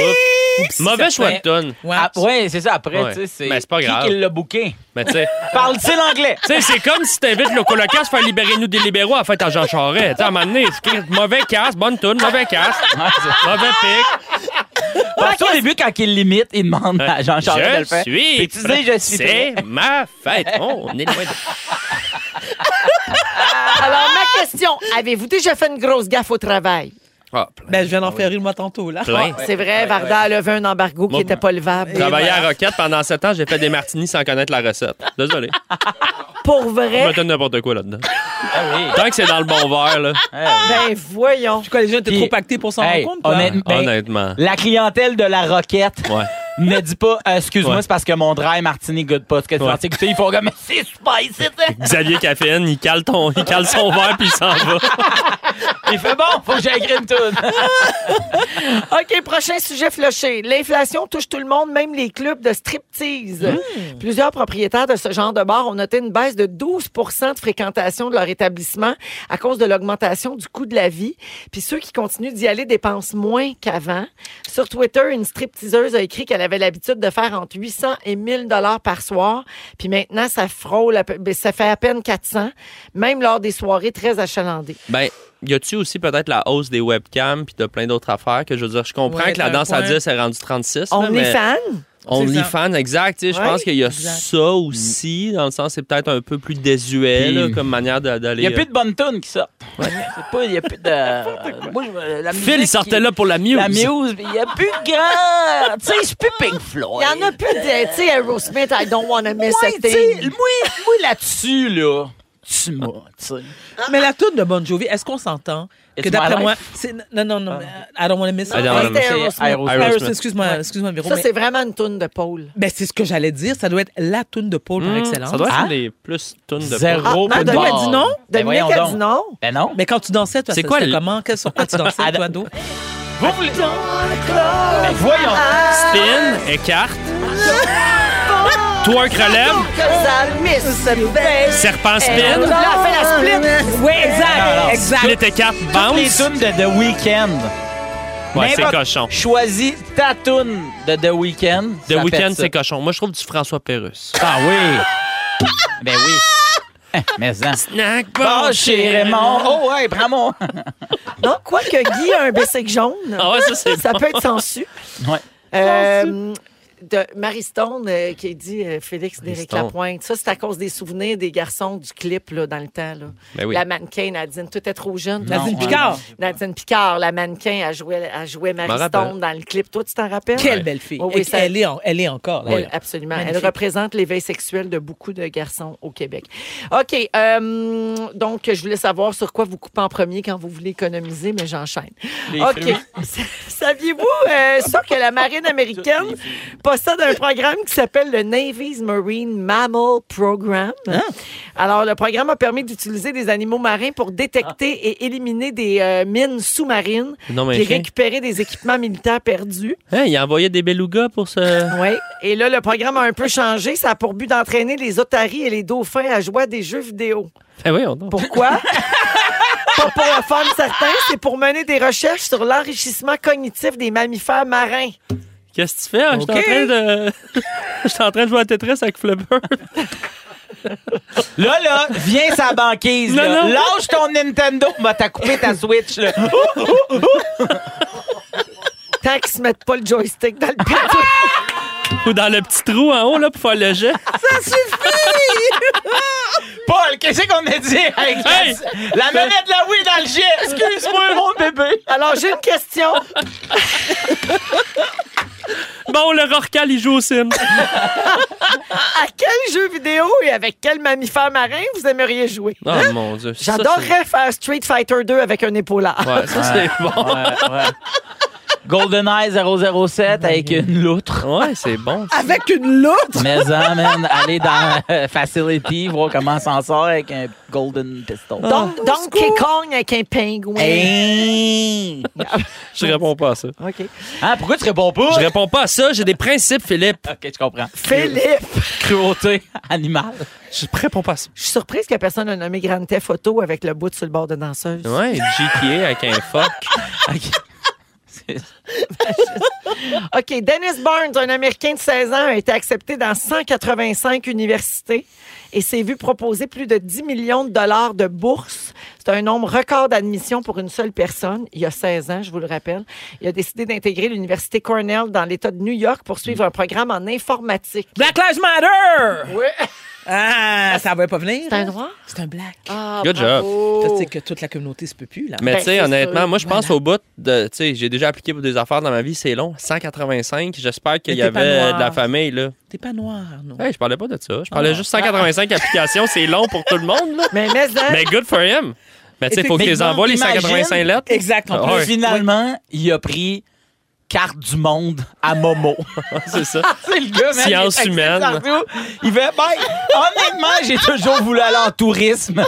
S7: Mauvais choix de tonne.
S3: Ah, ouais, c'est ça. Après,
S7: Hmm. Ouais.
S3: tu sais, c'est
S7: Mais c'est pas
S3: qui
S7: grave.
S3: qui l'a bouqué?
S7: Mais tu sais.
S3: Parle-t-il anglais?
S7: Tu sais, c'est comme si t'invites le colocasse à se faire libérer nous des libéraux à la fête à Jean Charest. Tu sais, à un moment donné, c'est écrit, mauvais casse, bonne toune, mauvais casse, mauvais pic.
S3: Parce qu'au début, quand il limite, il demande à Jean-Charles de le
S7: Je
S3: faire.
S7: suis.
S3: Puis tu dis, je suis.
S7: C'est
S3: prêt.
S7: ma fête. Oh, on est loin de.
S2: Alors, ma question, avez-vous déjà fait une grosse gaffe au travail?
S7: Ah,
S5: Ben, je viens d'en faire une, moi, tantôt, là.
S7: Plein.
S2: C'est vrai, Varda a levé un embargo qui
S7: Moi,
S2: n'était pas levable.
S7: Travaillé à Roquette pendant 7 ans, j'ai fait des martinis sans connaître la recette. Désolé.
S2: Pour
S7: Je
S2: vrai?
S7: me donne n'importe quoi là-dedans.
S3: oui.
S7: Tant que c'est dans le bon verre, là.
S2: Ben voyons.
S5: Je crois que les gens
S3: Ah.
S5: étaient
S3: Puis-
S5: trop pactés pour s'en
S3: Hey,
S5: rendre compte, toi.
S3: honnêtement, ben,
S7: Honnêtement.
S3: la clientèle de la roquette
S7: Ouais.
S3: ne dit pas, euh, excuse-moi,
S7: Ouais.
S3: c'est parce que mon dry martini goûte pas ce que tu
S7: Ouais.
S3: vas écouter. Ils font comme, c'est spicy, ça.
S7: Xavier Caffeine, il cale, ton, il cale son verre puis il s'en va.
S3: Il fait bon, faut que j'aille une toune.
S2: OK, prochain sujet floché. L'inflation touche tout le monde, même les clubs de striptease.
S3: Hmm.
S2: Plusieurs propriétaires de ce genre de bar ont noté une baisse de 12 de fréquentation de leur établissement à cause de l'augmentation du coût de la vie. Puis ceux qui continuent d'y aller dépensent moins qu'avant. Sur Twitter, une stripteaseuse a écrit qu'elle avait l'habitude de faire entre 800 et 1000 dollars par soir. Puis maintenant, ça frôle, à peu- ben, ça fait à peine 400, même lors des soirées très achalandées.
S7: Ben, y a-tu aussi peut-être la hausse des webcams puis de plein d'autres affaires que je veux dire, je comprends
S5: Ouais,
S7: que la
S5: t'as un
S7: danse à
S5: point.
S7: 10 est rendue 36. là,
S2: On
S7: mais
S2: est fan?
S7: On
S5: C'est
S7: est
S5: ça.
S7: fan, exact. tu sais,
S2: Ouais,
S7: je pense qu'il y a
S5: exact.
S7: ça aussi, dans le sens, c'est peut-être un peu plus désuet
S3: Puis-
S7: là, comme manière d'a-
S3: Il
S7: d'aller.
S3: n'y a
S7: euh,
S3: plus de bonnes tunes qui sortent. C'est pas, il n'y a plus de. Moi, je- la
S7: Phil, il
S3: musique
S7: sortait
S3: qui-
S7: là pour la muse.
S3: La muse, il n'y a plus de grand. Ah, Tu sais, je suis plus Pink Floyd.
S2: Il y en a plus de, tu sais, Aerosmith, I don't wanna miss
S3: Ouais,
S2: a
S3: tu sais,
S2: thing.
S3: moi, moi là-dessus, là, tu m'as, tu sais.
S5: Mais la tourne de Bon Jovi, est-ce qu'on s'entend
S3: It's
S5: que
S3: my
S5: d'après
S3: life.
S5: moi, c'est- non non non, mais, I don't want to miss
S7: I don't
S5: it.
S7: wanna miss
S2: it.
S3: C'est Aerosmith.
S7: Aerosmith.
S5: Harrison, excuse-moi, excuse-moi, Véro,
S2: Ça,
S5: mais-
S2: c'est vraiment une toune de Paul.
S5: ben, c'est ce que j'allais dire. Ça doit être la Ah, toune de Paul par
S7: hmm,
S5: excellence.
S7: Ça doit être
S3: Hein?
S7: une des plus tonnes de
S3: Zéro.
S7: poids.
S3: Oh,
S2: non,
S3: peu de
S2: Dominique
S3: bord.
S2: a dit non.
S3: Ben
S2: Dominique
S3: voyons
S2: a dit
S3: donc.
S2: non.
S3: Ben non. Ah,
S5: Mais quand tu dansais, toi,
S7: C'est
S5: ça-
S7: quoi
S5: c'était
S7: le-
S5: comment? Quel- Sur quoi tu dansais, toi, Do?
S3: Vous voulez. Ben voyons. Ah,
S7: Spin, écarte. Twerk relève,
S2: Cause I miss a thing.
S7: serpent
S2: Et on
S7: spin,
S2: a fait la split.
S5: Oui, exact,
S3: Non, non.
S5: exact.
S7: split écarte,
S3: Toutes les
S7: bounce.
S3: tunes de The Weeknd.
S7: Ouais, c'est
S3: N'importe-
S7: cochon.
S3: Choisis ta tune de The Weeknd.
S7: The
S3: ça fait
S7: Weeknd,
S3: ça.
S7: c'est cochon. Moi, je trouve du François Pérusse.
S3: Ah oui. ben oui. Hein, Mais ça. Oh, chez Raymond. Oh, ouais, prends mon.
S2: Non, quoique Guy a un bessic jaune.
S7: Ah ouais, ça, c'est
S2: Ça
S7: bon.
S2: peut être sensu.
S3: Ouais.
S2: Euh, de Marie Stone euh, qui dit euh, Félix Derek
S7: Stone.
S2: Lapointe. Ça, c'est à cause des souvenirs des garçons du clip là, dans le temps. là.
S7: Ben oui.
S2: La mannequin, Nadine, tout est trop jeune.
S5: Nadine Picard.
S2: Nadine Picard, la mannequin, a joué, a joué
S5: Je
S2: Marie
S5: m'en
S2: Stone
S5: rappelle.
S2: dans le clip. Toi, tu t'en rappelles?
S5: Quelle belle fille.
S2: Oui, oui,
S5: Et
S2: ça-
S5: elle, est en- elle est encore.
S2: elle,
S5: d'ailleurs.
S2: absolument. Elle
S5: Magnifique.
S2: représente l'éveil sexuel de beaucoup de garçons au Québec. OK. euh, donc, je voulais savoir sur quoi vous coupez en premier quand vous voulez économiser, mais j'enchaîne.
S4: Les
S2: OK.
S4: fruits.
S2: Saviez-vous euh, ça que la marine américaine possède un programme qui s'appelle le Navy's Marine Mammal Program? Alors, le programme a permis d'utiliser des animaux marins pour détecter et éliminer des euh, mines sous-marines
S7: Non, mais
S2: puis
S7: tiens.
S2: récupérer des équipements militaires perdus.
S7: Hein, il a envoyé des belugas pour ce.
S2: Oui. Et là, le programme a un peu changé. Ça a pour but d'entraîner les otaries et les dauphins à jouer à des jeux vidéo.
S7: Ben oui, on donc.
S2: Pourquoi? Pas pour le fun certain, c'est pour mener des recherches sur l'enrichissement cognitif des mammifères marins.
S7: Qu'est-ce que tu fais? J'étais
S2: Ok.
S7: en train de. J'étais en train de jouer à Tetris avec Flubber.
S3: Là, là, viens sa banquise.
S7: Non,
S3: là.
S7: non.
S3: Lâche ton Nintendo. Bah, t'as coupé ta Switch. Là.
S2: Tant qu'ils se mettent pas le joystick dans le plateau.
S7: Ou dans le petit trou en haut, là, pour faire le jet.
S2: Ça suffit!
S3: Paul, qu'est-ce qu'on a dit avec la-
S7: Hey!
S3: la manette de la Wii dans le jet? Excuse-moi, mon bébé.
S2: Alors, j'ai une question.
S7: Bon, le Rorcal, il joue au sim.
S2: À quel jeu vidéo et avec quel mammifère marin vous aimeriez jouer?
S7: Oh
S2: Hein?
S7: mon Dieu. Ça,
S2: J'adorerais faire Street Fighter 2 avec un épaulard.
S7: c'est- Ouais, Ah, ça, c'est bon.
S3: GoldenEye 007 avec une loutre.
S7: Ben, Ouais, c'est bon.
S5: Avec une loutre?
S3: Mais hein, man, aller dans euh, Facility, voir comment s'en sort avec un Golden Pistol.
S2: Don- Donkey Kong avec un pingouin.
S3: Hey!
S7: Ah. Je réponds pas à ça.
S2: OK.
S3: Hein, pourquoi tu réponds pas?
S7: Je réponds pas à ça. J'ai des principes, Philippe.
S3: Ok, je comprends.
S2: Philippe!
S3: Cruauté animale.
S7: Je réponds pas à ça.
S2: Je suis surprise que personne n'a nommé Grand Theft Auto avec le bout sur le bord de danseuse.
S7: Ouais, GTA avec un fuck.
S2: OK, Dennis Barnes, un Américain de 16 ans, a été accepté dans 185 universités et s'est vu proposer plus de 10 millions de dollars de bourses. C'est un nombre record d'admission pour une seule personne. Il y a 16 ans, je vous le rappelle. Il a décidé d'intégrer l'Université Cornell dans l'État de New York pour suivre un programme en informatique.
S5: Black Lives Matter!
S2: Oui.
S5: Ah, ça va pas venir?
S2: C'est un noir?
S5: C'est un black.
S7: Good
S5: Ça,
S2: job.
S5: C'est que toute la communauté se peut plus, là.
S3: Ben,
S7: Mais tu sais,
S2: c'est
S7: honnêtement,
S2: sûr.
S7: moi, je pense au bout de. Tu sais, j'ai déjà appliqué pour des affaires dans ma vie, c'est long. 185. J'espère qu'il
S5: Mais
S7: y
S5: t'es pas
S7: avait
S5: noir.
S7: de la famille, là.
S5: T'es pas noir, non?
S7: Hey, je parlais pas de ça. Je parlais
S5: Ah.
S7: juste 185 applications. C'est long pour tout le monde, là.
S2: Mais mais hein?
S7: Mais good for him. Mais Ben, tu sais, il faut que les
S3: Effectivement,
S7: envoies, les
S3: imagine-
S7: 185 lettres.
S5: Exact. en
S7: Ah
S5: plus.
S7: ouais.
S3: Finalement, il a pris carte du monde à Momo.
S7: C'est ça.
S3: C'est le gars, man,
S7: Science
S3: il est
S7: humaine.
S3: partout. Il fait, ben, honnêtement, j'ai toujours voulu aller en tourisme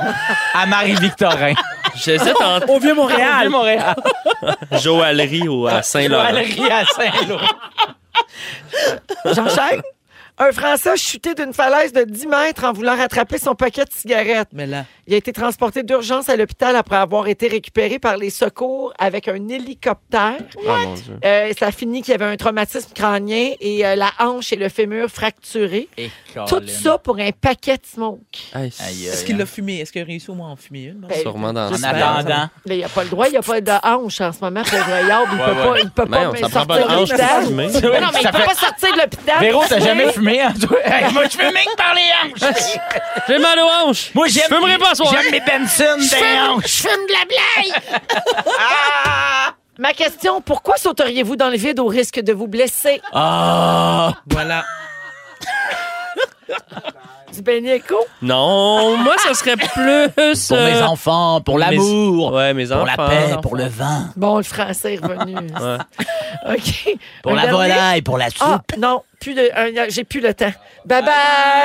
S3: à Marie-Victorin.
S7: J'hésite entre
S5: Au Vieux-Montréal.
S3: Montréal. Montréal.
S7: Ah, joaillerie ou à Saint-Laurent. Ah,
S3: Valérie à Saint-Lô.
S2: J'enchaîne. Un Français a chuté d'une falaise de 10 mètres en voulant rattraper son paquet de cigarettes.
S5: Mais là,
S2: Il a été transporté d'urgence à l'hôpital après avoir été récupéré par les secours avec un hélicoptère.
S7: Ah, mon Dieu.
S2: Euh, ça a fini qu'il y avait un traumatisme crânien et euh, la hanche et le fémur fracturés.
S3: Et
S2: Tout ça pour un paquet de smoke.
S7: Hey,
S3: Aïe,
S5: est-ce
S3: aïe,
S5: qu'il
S3: aïe.
S5: l'a fumé? Est-ce qu'il a réussi au moins à en fumer une? non?
S2: Ben,
S7: Sûrement dans
S3: En
S7: la
S5: Hein?
S3: attendant,
S2: Là, il n'y a pas le droit, il n'y a pas de hanche en ce moment. Pour Voyard, il ne peut
S3: Ouais,
S2: pas, il peut
S7: Mais
S2: pas
S7: on
S2: même
S7: s'en Ben prend pas
S2: sortir
S7: de
S2: de
S7: hanche pour
S2: l'hôpital.
S7: fumer.
S2: Mais non, mais il
S3: Ça
S2: ne peut
S3: fait-
S2: pas sortir de l'hôpital.
S3: Véro, t'as jamais
S2: Oui.
S3: fumé, hein, toi? Hey, moi, je fume que par les hanches.
S7: J'ai mal aux hanches.
S3: Moi, j'aime.
S7: Je fumerai pas à soir.
S3: J'aime mes Benson des hanches.
S2: Je fume de la blague!
S3: Ah!
S2: Ma question, pourquoi sauteriez-vous dans le vide au risque de vous blesser?
S3: Ah!
S5: Voilà.
S2: Du beignet-co?
S7: Non, moi, ça serait plus.
S3: Pour
S7: euh,
S3: mes enfants, pour
S7: mes-
S3: l'amour,
S7: Ouais, mes
S3: pour la
S7: enfants.
S3: paix, pour le vin,
S2: Bon, le français est revenu.
S7: Ouais.
S2: OK.
S3: pour
S2: Un
S3: la
S2: dernier?
S3: volaille, pour la
S2: Ah,
S3: soupe.
S2: non, plus de, un- j'ai plus le temps. Bye-bye!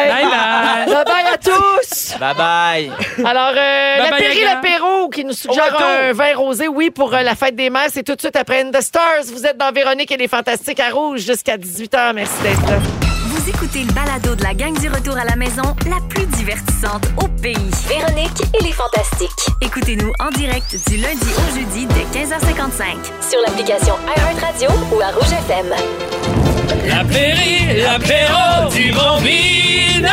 S7: Bye-bye.
S2: Bye-bye à tous!
S3: Bye bye.
S2: Alors, euh,
S7: Bye
S2: la
S7: bye,
S2: Péri
S7: Gaga.
S2: Lapéro qui nous suggère un vin rosé, oui, pour euh, la fête des mères, c'est tout de suite après In The Stars. Vous êtes dans Véronique et les Fantastiques à Rouge jusqu'à 18h. Merci d'être là.
S1: Vous écoutez le balado de la gang du retour à la maison, la plus divertissante au pays.
S8: Véronique et les Fantastiques.
S1: Écoutez-nous en direct du lundi au jeudi dès 15h55.
S8: Sur l'application iHeartRadio ou à Rouge FM.
S7: La pairie, l'apéro du bon vino.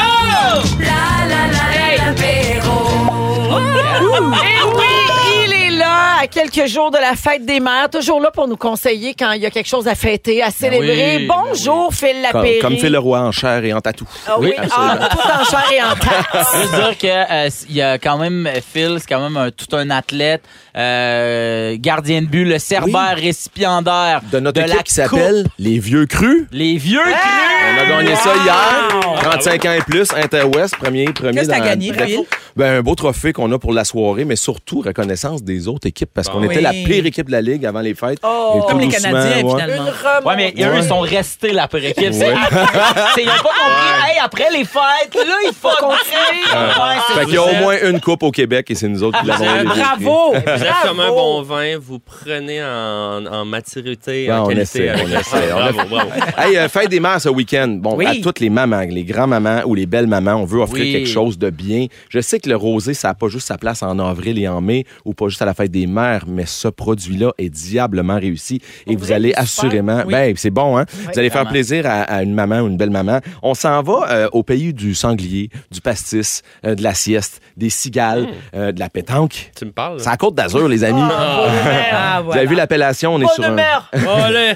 S2: Et Eh oui, il est là à quelques jours de la fête des mères, toujours là pour nous conseiller quand il y a quelque chose à fêter, à célébrer.
S13: oui, ben
S2: Bonjour, Phil
S13: Comme,
S2: Lapéry.
S13: comme Phil Leroy en chair et en tatou.
S2: Ah oui, ah, tout en chair et en tasse.
S3: Juste dire que euh, s- il y a quand même euh, Phil, c'est quand même un- tout un athlète, euh, gardien de but, le cerbère récipiendaire de
S13: Notre
S3: la
S13: équipe qui s'appelle Les Vieux Crus.
S3: Les Vieux
S13: Crus! On a gagné ça hier. 35 ans et plus, Inter-Ouest, premier, premier.
S5: Ah Qu'est-ce que t'as
S13: dans-
S5: gagné,
S13: dans-
S5: Phil?
S13: Ben, un beau trophée qu'on a pour la soirée, mais surtout reconnaissance des autres équipes parce qu'on
S5: Ah.
S13: était la
S5: Oui.
S13: pire équipe de la Ligue avant les fêtes.
S5: Oh.
S13: Et tout
S5: Comme les
S13: doucement,
S5: Canadiens,
S13: ouais.
S5: finalement. Une remontée.
S3: Ouais, mais eux,
S13: Ouais.
S3: ils sont restés là après équipe. C'est-
S13: Ouais.
S3: c'est- Ils ont pas compris. Hey, après les fêtes, là, il faut continuer.
S13: Ah.
S3: Ouais, c'est
S13: fait qu'il y a
S3: vous
S13: au
S3: êtes-
S13: moins une coupe au Québec et c'est nous autres qui l'avons. les Vieux Crus.
S7: Ah, Vous êtes comme un bon vin, vous prenez en, en maturité,
S13: Ben,
S7: en
S13: on
S7: qualité.
S13: essaie,
S7: avec
S13: on
S7: la-
S13: essaie. On a-
S7: Bravo, bravo.
S13: Hey, euh, fête des mères ce week-end. Bon,
S7: Oui.
S13: à toutes les mamans, les grands-mamans ou les belles-mamans, on veut offrir
S7: Oui.
S13: quelque chose de bien. Je sais que le rosé, ça n'a pas juste sa place en avril et en mai ou pas juste à la fête des mères, mais ce produit-là est diablement réussi et vous allez assurément... Ben, c'est bon, hein? vous allez faire
S7: Vraiment.
S13: plaisir à, à une maman ou une belle-maman. On s'en va euh, au pays du sanglier, du pastis, euh, de la sieste, des cigales, euh, de la pétanque.
S7: Hmm. Tu me parles?
S13: C'est à Côte d'Azur, les amis.
S7: Ah, bonheur. Ah,
S13: Vous avez vu l'appellation, on est sur un...
S7: Bonheur. Allez.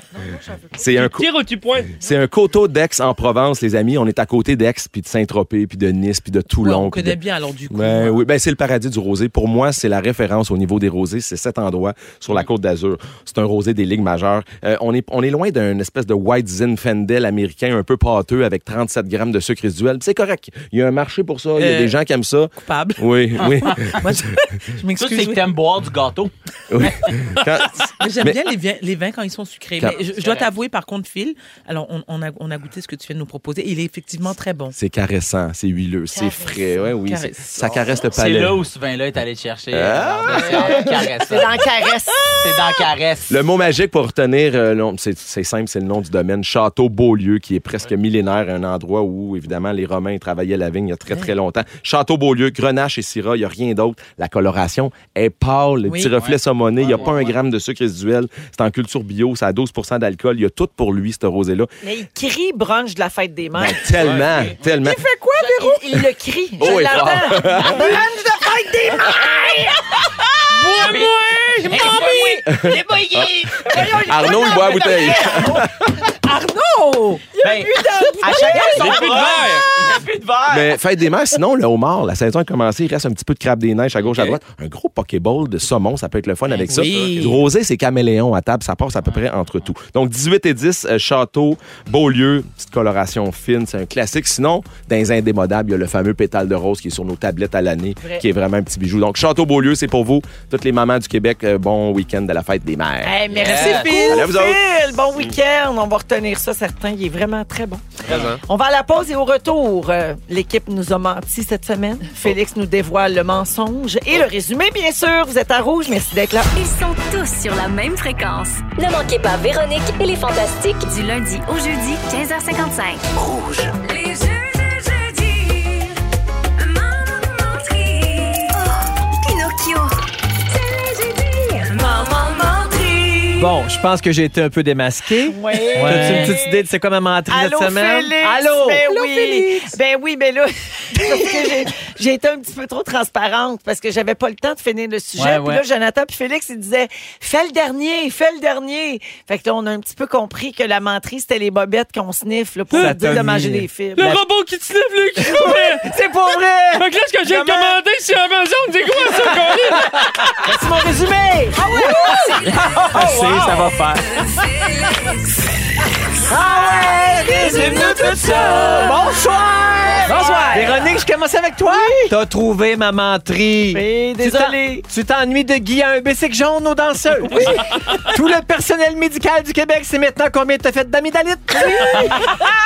S13: C'est un co-
S7: Tire au petit point.
S13: c'est un coteau d'Aix en Provence, les amis. On est à côté d'Aix, puis de Saint-Tropez, puis de Nice, puis de
S5: Ouais,
S13: Toulon.
S5: on
S13: puis
S5: connaît
S13: de-
S5: bien, alors, du coup. hein?
S13: Ben oui, ben c'est le paradis du rosé. Pour moi, c'est la référence au niveau des rosés. C'est cet endroit sur la côte d'Azur. C'est un rosé des ligues majeures. Euh, on, est, on est loin d'un espèce de White Zinfandel américain un peu pâteux avec 37 grammes de sucre résiduel. C'est correct. Il y a un marché pour ça. Il y a
S5: Euh,
S13: des gens qui aiment ça.
S5: Coupable.
S13: Oui, oui.
S5: Moi, je, je m'excuse.
S3: Toi, c'est que t'aimes boire du gâteau.
S13: Oui. Quand-
S5: Mais J'aime
S13: Mais-
S5: bien les vins, les vins quand ils sont sucrés.
S13: Quand-
S5: Mais je, je dois t'avouer, par contre, Phil, alors on, on a, on a goûté ce que tu viens de nous proposer. Il est effectivement très bon.
S13: C'est caressant, c'est huileux, c'est frais. Ouais, oui, c'est-
S5: Caressant.
S13: ça caresse le
S3: C'est
S13: palais.
S3: là où ce vin-là est allé te chercher. euh,
S13: Ah!
S3: Alors, C'est dans Caresse.
S2: C'est dans Caresse.
S3: C'est dans Caresse.
S13: Le mot magique pour retenir, euh, le nom- c'est c'est simple, c'est le nom du domaine Château Beaulieu, qui est presque millénaire, un endroit où, évidemment, les Romains travaillaient la vigne il y a très, très longtemps. Château Beaulieu, Grenache et Syrah, il n'y a rien d'autre. La coloration est pâle, le
S7: Oui.
S13: petit reflet
S7: Ouais.
S13: saumonné, il n'y a pas un gramme de sucre résiduel. C'est en culture bio, ça a 12 d'alcool. Il y a tout pour lui, ce rosé-là.
S2: Mais il crie brunch de la fête des mères.
S13: Ben, tellement, tellement.
S2: Il fait quoi, Véro? Il, il le crie.
S13: Oh,
S2: Je
S13: il est
S2: l'entends.
S13: fort.
S2: brunch de fête des mères!
S4: Moi, moi, je m'en
S13: moi.
S4: vais. boyé.
S13: Arnaud, il boit la bouteille.
S2: Arnaud! Il a
S3: Ben,
S2: plus de
S3: à chacun son
S13: Il a plus de verre.
S3: Il n'y a plus de verre.
S13: Mais fête des mers, sinon le homard, la saison a commencé, il reste un petit peu de crabe des neiges à gauche, à droite. Un gros pokéball de saumon, ça peut être le fun avec ça.
S7: oui.
S13: Du rosé, c'est caméléon à table, ça passe à peu près entre tout. Donc 18 et 10, euh, château, Beaulieu, petite coloration fine, c'est un classique. Sinon, dans les indémodables, il y a le fameux pétale de rose qui est sur nos tablettes à l'année,
S2: Vrai.
S13: qui est vraiment un petit bijou. Donc château Beaulieu, c'est pour vous, toutes les mamans du Québec, euh, bon week-end de la fête des mères.
S2: Hey, merci,
S13: Yeah.
S2: Phil.
S13: Allez, vous autres.
S2: Phil, Bon week-end. On va retenir ça, certain. Il est vraiment très bon.
S7: Vraiment.
S2: On va à la pause et au retour. euh, L'équipe nous a menti cette semaine.
S14: Oh.
S2: Félix nous dévoile le mensonge et le résumé, bien sûr. Vous êtes à rouge. Merci d'être là.
S1: Ils sont tous sur la même fréquence. Ne manquez pas Véronique et les Fantastiques du lundi au jeudi 15h55. Rouge. Les jeudis,
S15: Oh,
S1: Pinocchio. Maman
S14: Bon, je pense que j'ai été un peu démasqué.
S2: Oui.
S14: T'as-tu une petite idée de c'est quoi ma menterie
S2: Allô,
S14: cette semaine?
S2: Félix.
S14: Allô!
S2: Ben oui. Ben oui, ben là, parce que j'ai- j'ai été un petit peu trop transparente parce que j'avais pas le temps de finir le sujet.
S14: Ouais,
S2: puis
S14: ouais.
S2: là, Jonathan puis Félix, ils disaient « Fais le dernier, fais le dernier! » Fait que là, on a un petit peu compris que la menterie, c'était les bobettes qu'on sniffe là, pour
S14: Ça
S2: dire de
S14: t'a
S2: manger
S14: mis.
S2: des fibres. Ben
S4: Le
S2: La-
S4: robot qui te sniffe, le cul.
S2: C'est pas vrai!
S4: Fait que là, ce que j'ai
S2: Comment?
S4: commandé sur Amazon, c'est quoi ça, Colin?
S2: C'est mon résumé! Ah ouais!
S12: Ah,
S14: Assez, Ah, ça va faire.
S2: Ah ouais!
S14: Résume-nous tout ça.
S2: Bonsoir! Bonsoir!
S14: Véronique, je commence avec toi. T'as trouvé ma menterie.
S2: Oui, désolé.
S14: Tu t'en- tu t'ennuies de Guy à un bicycle jaune aux danseuses. Oui. Tout le personnel médical du Québec c'est maintenant combien t'as fait d'amygdalite.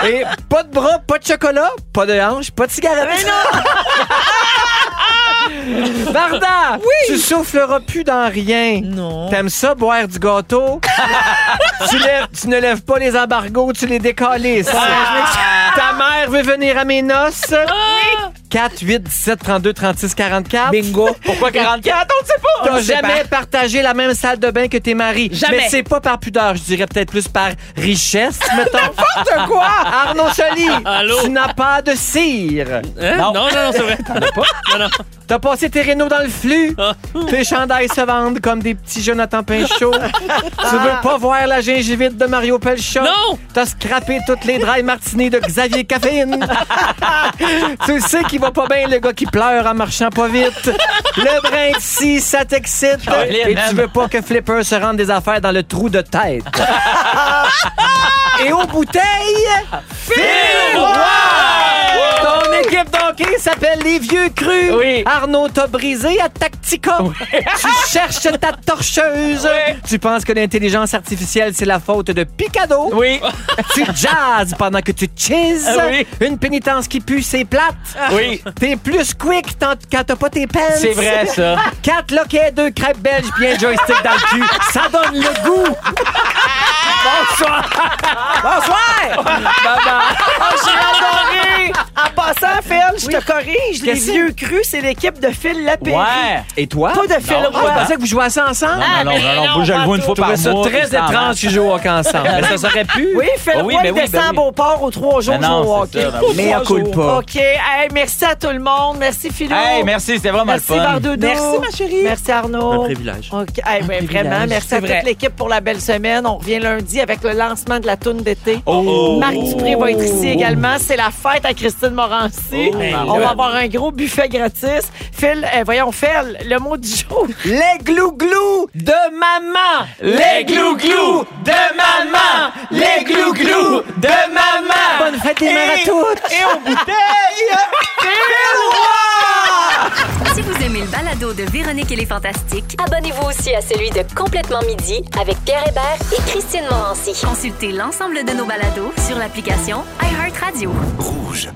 S14: Oui. Et pas de bras, pas de chocolat, pas de hanche, pas de cigarette. Ah! Varda, tu souffleras plus dans rien. Non. T'aimes ça, boire du gâteau? tu, lèves- tu ne lèves pas les embargos, tu les décalisses.
S4: Ah.
S14: Ta mère veut venir à mes noces. 4, 8, 17, 32, 36, 44. Bingo. Pourquoi 44? On ne sait pas.
S5: On
S14: T'as
S5: le sait
S14: jamais
S5: pas.
S14: partagé la même salle de bain que tes maris.
S5: Jamais.
S14: Mais c'est pas par pudeur, je dirais peut-être plus par richesse, mettons.
S5: N'importe
S4: quoi.
S14: Arnaud Soli,
S4: Allô?
S14: tu n'as pas de cire.
S4: Hein? Non, non, non, c'est vrai.
S14: T'en as pas?
S4: Non, Ah. non.
S14: T'as passé tes rénaux dans le flux. tes chandails se vendent comme des petits Jonathan Pinchot. tu veux pas voir la gingivite de Mario Pelcha. Non! T'as scrappé toutes les dry martinis de Xavier Caféine. tu sais qu'il va pas bien le gars qui pleure en marchant pas vite. Le brin de scie, ça t'excite.
S4: Caroline,
S14: Et tu veux pas que Flipper se rende des affaires dans le trou de tête. Et aux bouteilles, Phil Roy! Ton équipe d'hockey s'appelle Les Vieux Crus. Arnaud t'a brisé à Tactica. Tu cherches ta torcheuse. Tu penses que l'intelligence artificielle, c'est la faute de Picado. Oui. Tu jazzes pendant que tu cheeses.
S4: Ah oui. Ah.
S14: Une pénitence qui pue, c'est plate.
S4: Oui.
S14: T'es plus quick tant- quand t'as pas tes pants.
S4: C'est vrai, ça.
S14: Quatre loquets, deux crêpes belges, puis un joystick dans le cul. Ça donne le goût. Bonsoir. Bonsoir.
S2: Oh, j'ai adoré. En passant, Phil, je
S14: Oui.
S2: te corrige. Les
S14: Qu'est-ce que-
S2: vieux crus, c'est l'équipe de Phil Lapéry.
S14: Et toi?
S2: Pas de Phil
S14: Non,
S2: Roy.
S14: Je pensais que vous jouez à ça ensemble.
S2: Ah,
S14: Non, non,
S2: mais
S14: non, non, je le vois une fois par
S2: Je trouvais
S14: mois,
S2: ça
S14: puis
S2: très
S14: ça en
S2: étrange
S14: marche.
S2: qu'ils jouent au hockey ensemble.
S14: Mais ça serait pu.
S2: Oui, Phil
S14: Ah
S2: Roy
S14: oui, ben oui, ben
S2: descend
S14: oui.
S2: à Beauport aux trois jours
S3: Ben non,
S2: jouer au
S3: c'est
S2: hockey.
S3: ça, ben oui. Mea culpa.
S2: OK. Hey, merci à tout le monde. Merci, Philo.
S3: Hey, merci, c'était vraiment
S2: Merci,
S3: le fun.
S2: Bardoudou.
S3: Merci,
S2: ma chérie. Merci, Arnaud.
S3: Un privilège.
S2: OK. Hey, ben, vraiment,
S3: privilège.
S2: merci
S3: C'est
S2: à
S3: vrai.
S2: toute l'équipe pour la belle semaine. On revient lundi avec le lancement de la toune d'été.
S4: Oh.
S2: Marc Dupré va être ici
S4: Oh.
S2: également. C'est la fête à Christine Morancy.
S4: Oh, my
S2: On
S4: God.
S2: va avoir un gros buffet gratis. Phil, eh, voyons, Phil, le mot du jour. Les glou-glou de maman.
S4: Les glou-glou de maman. Les glou-glou de maman.
S14: Bonne fête des mères à toutes.
S4: Et aux bouteilles.
S1: Si vous aimez le balado de Véronique et les Fantastiques,
S15: Abonnez-vous aussi à celui de Complètement Midi avec Pierre Hébert et Christine Morancy.
S1: consultez l'ensemble de nos balados sur l'application iHeartRadio.
S15: Rouge.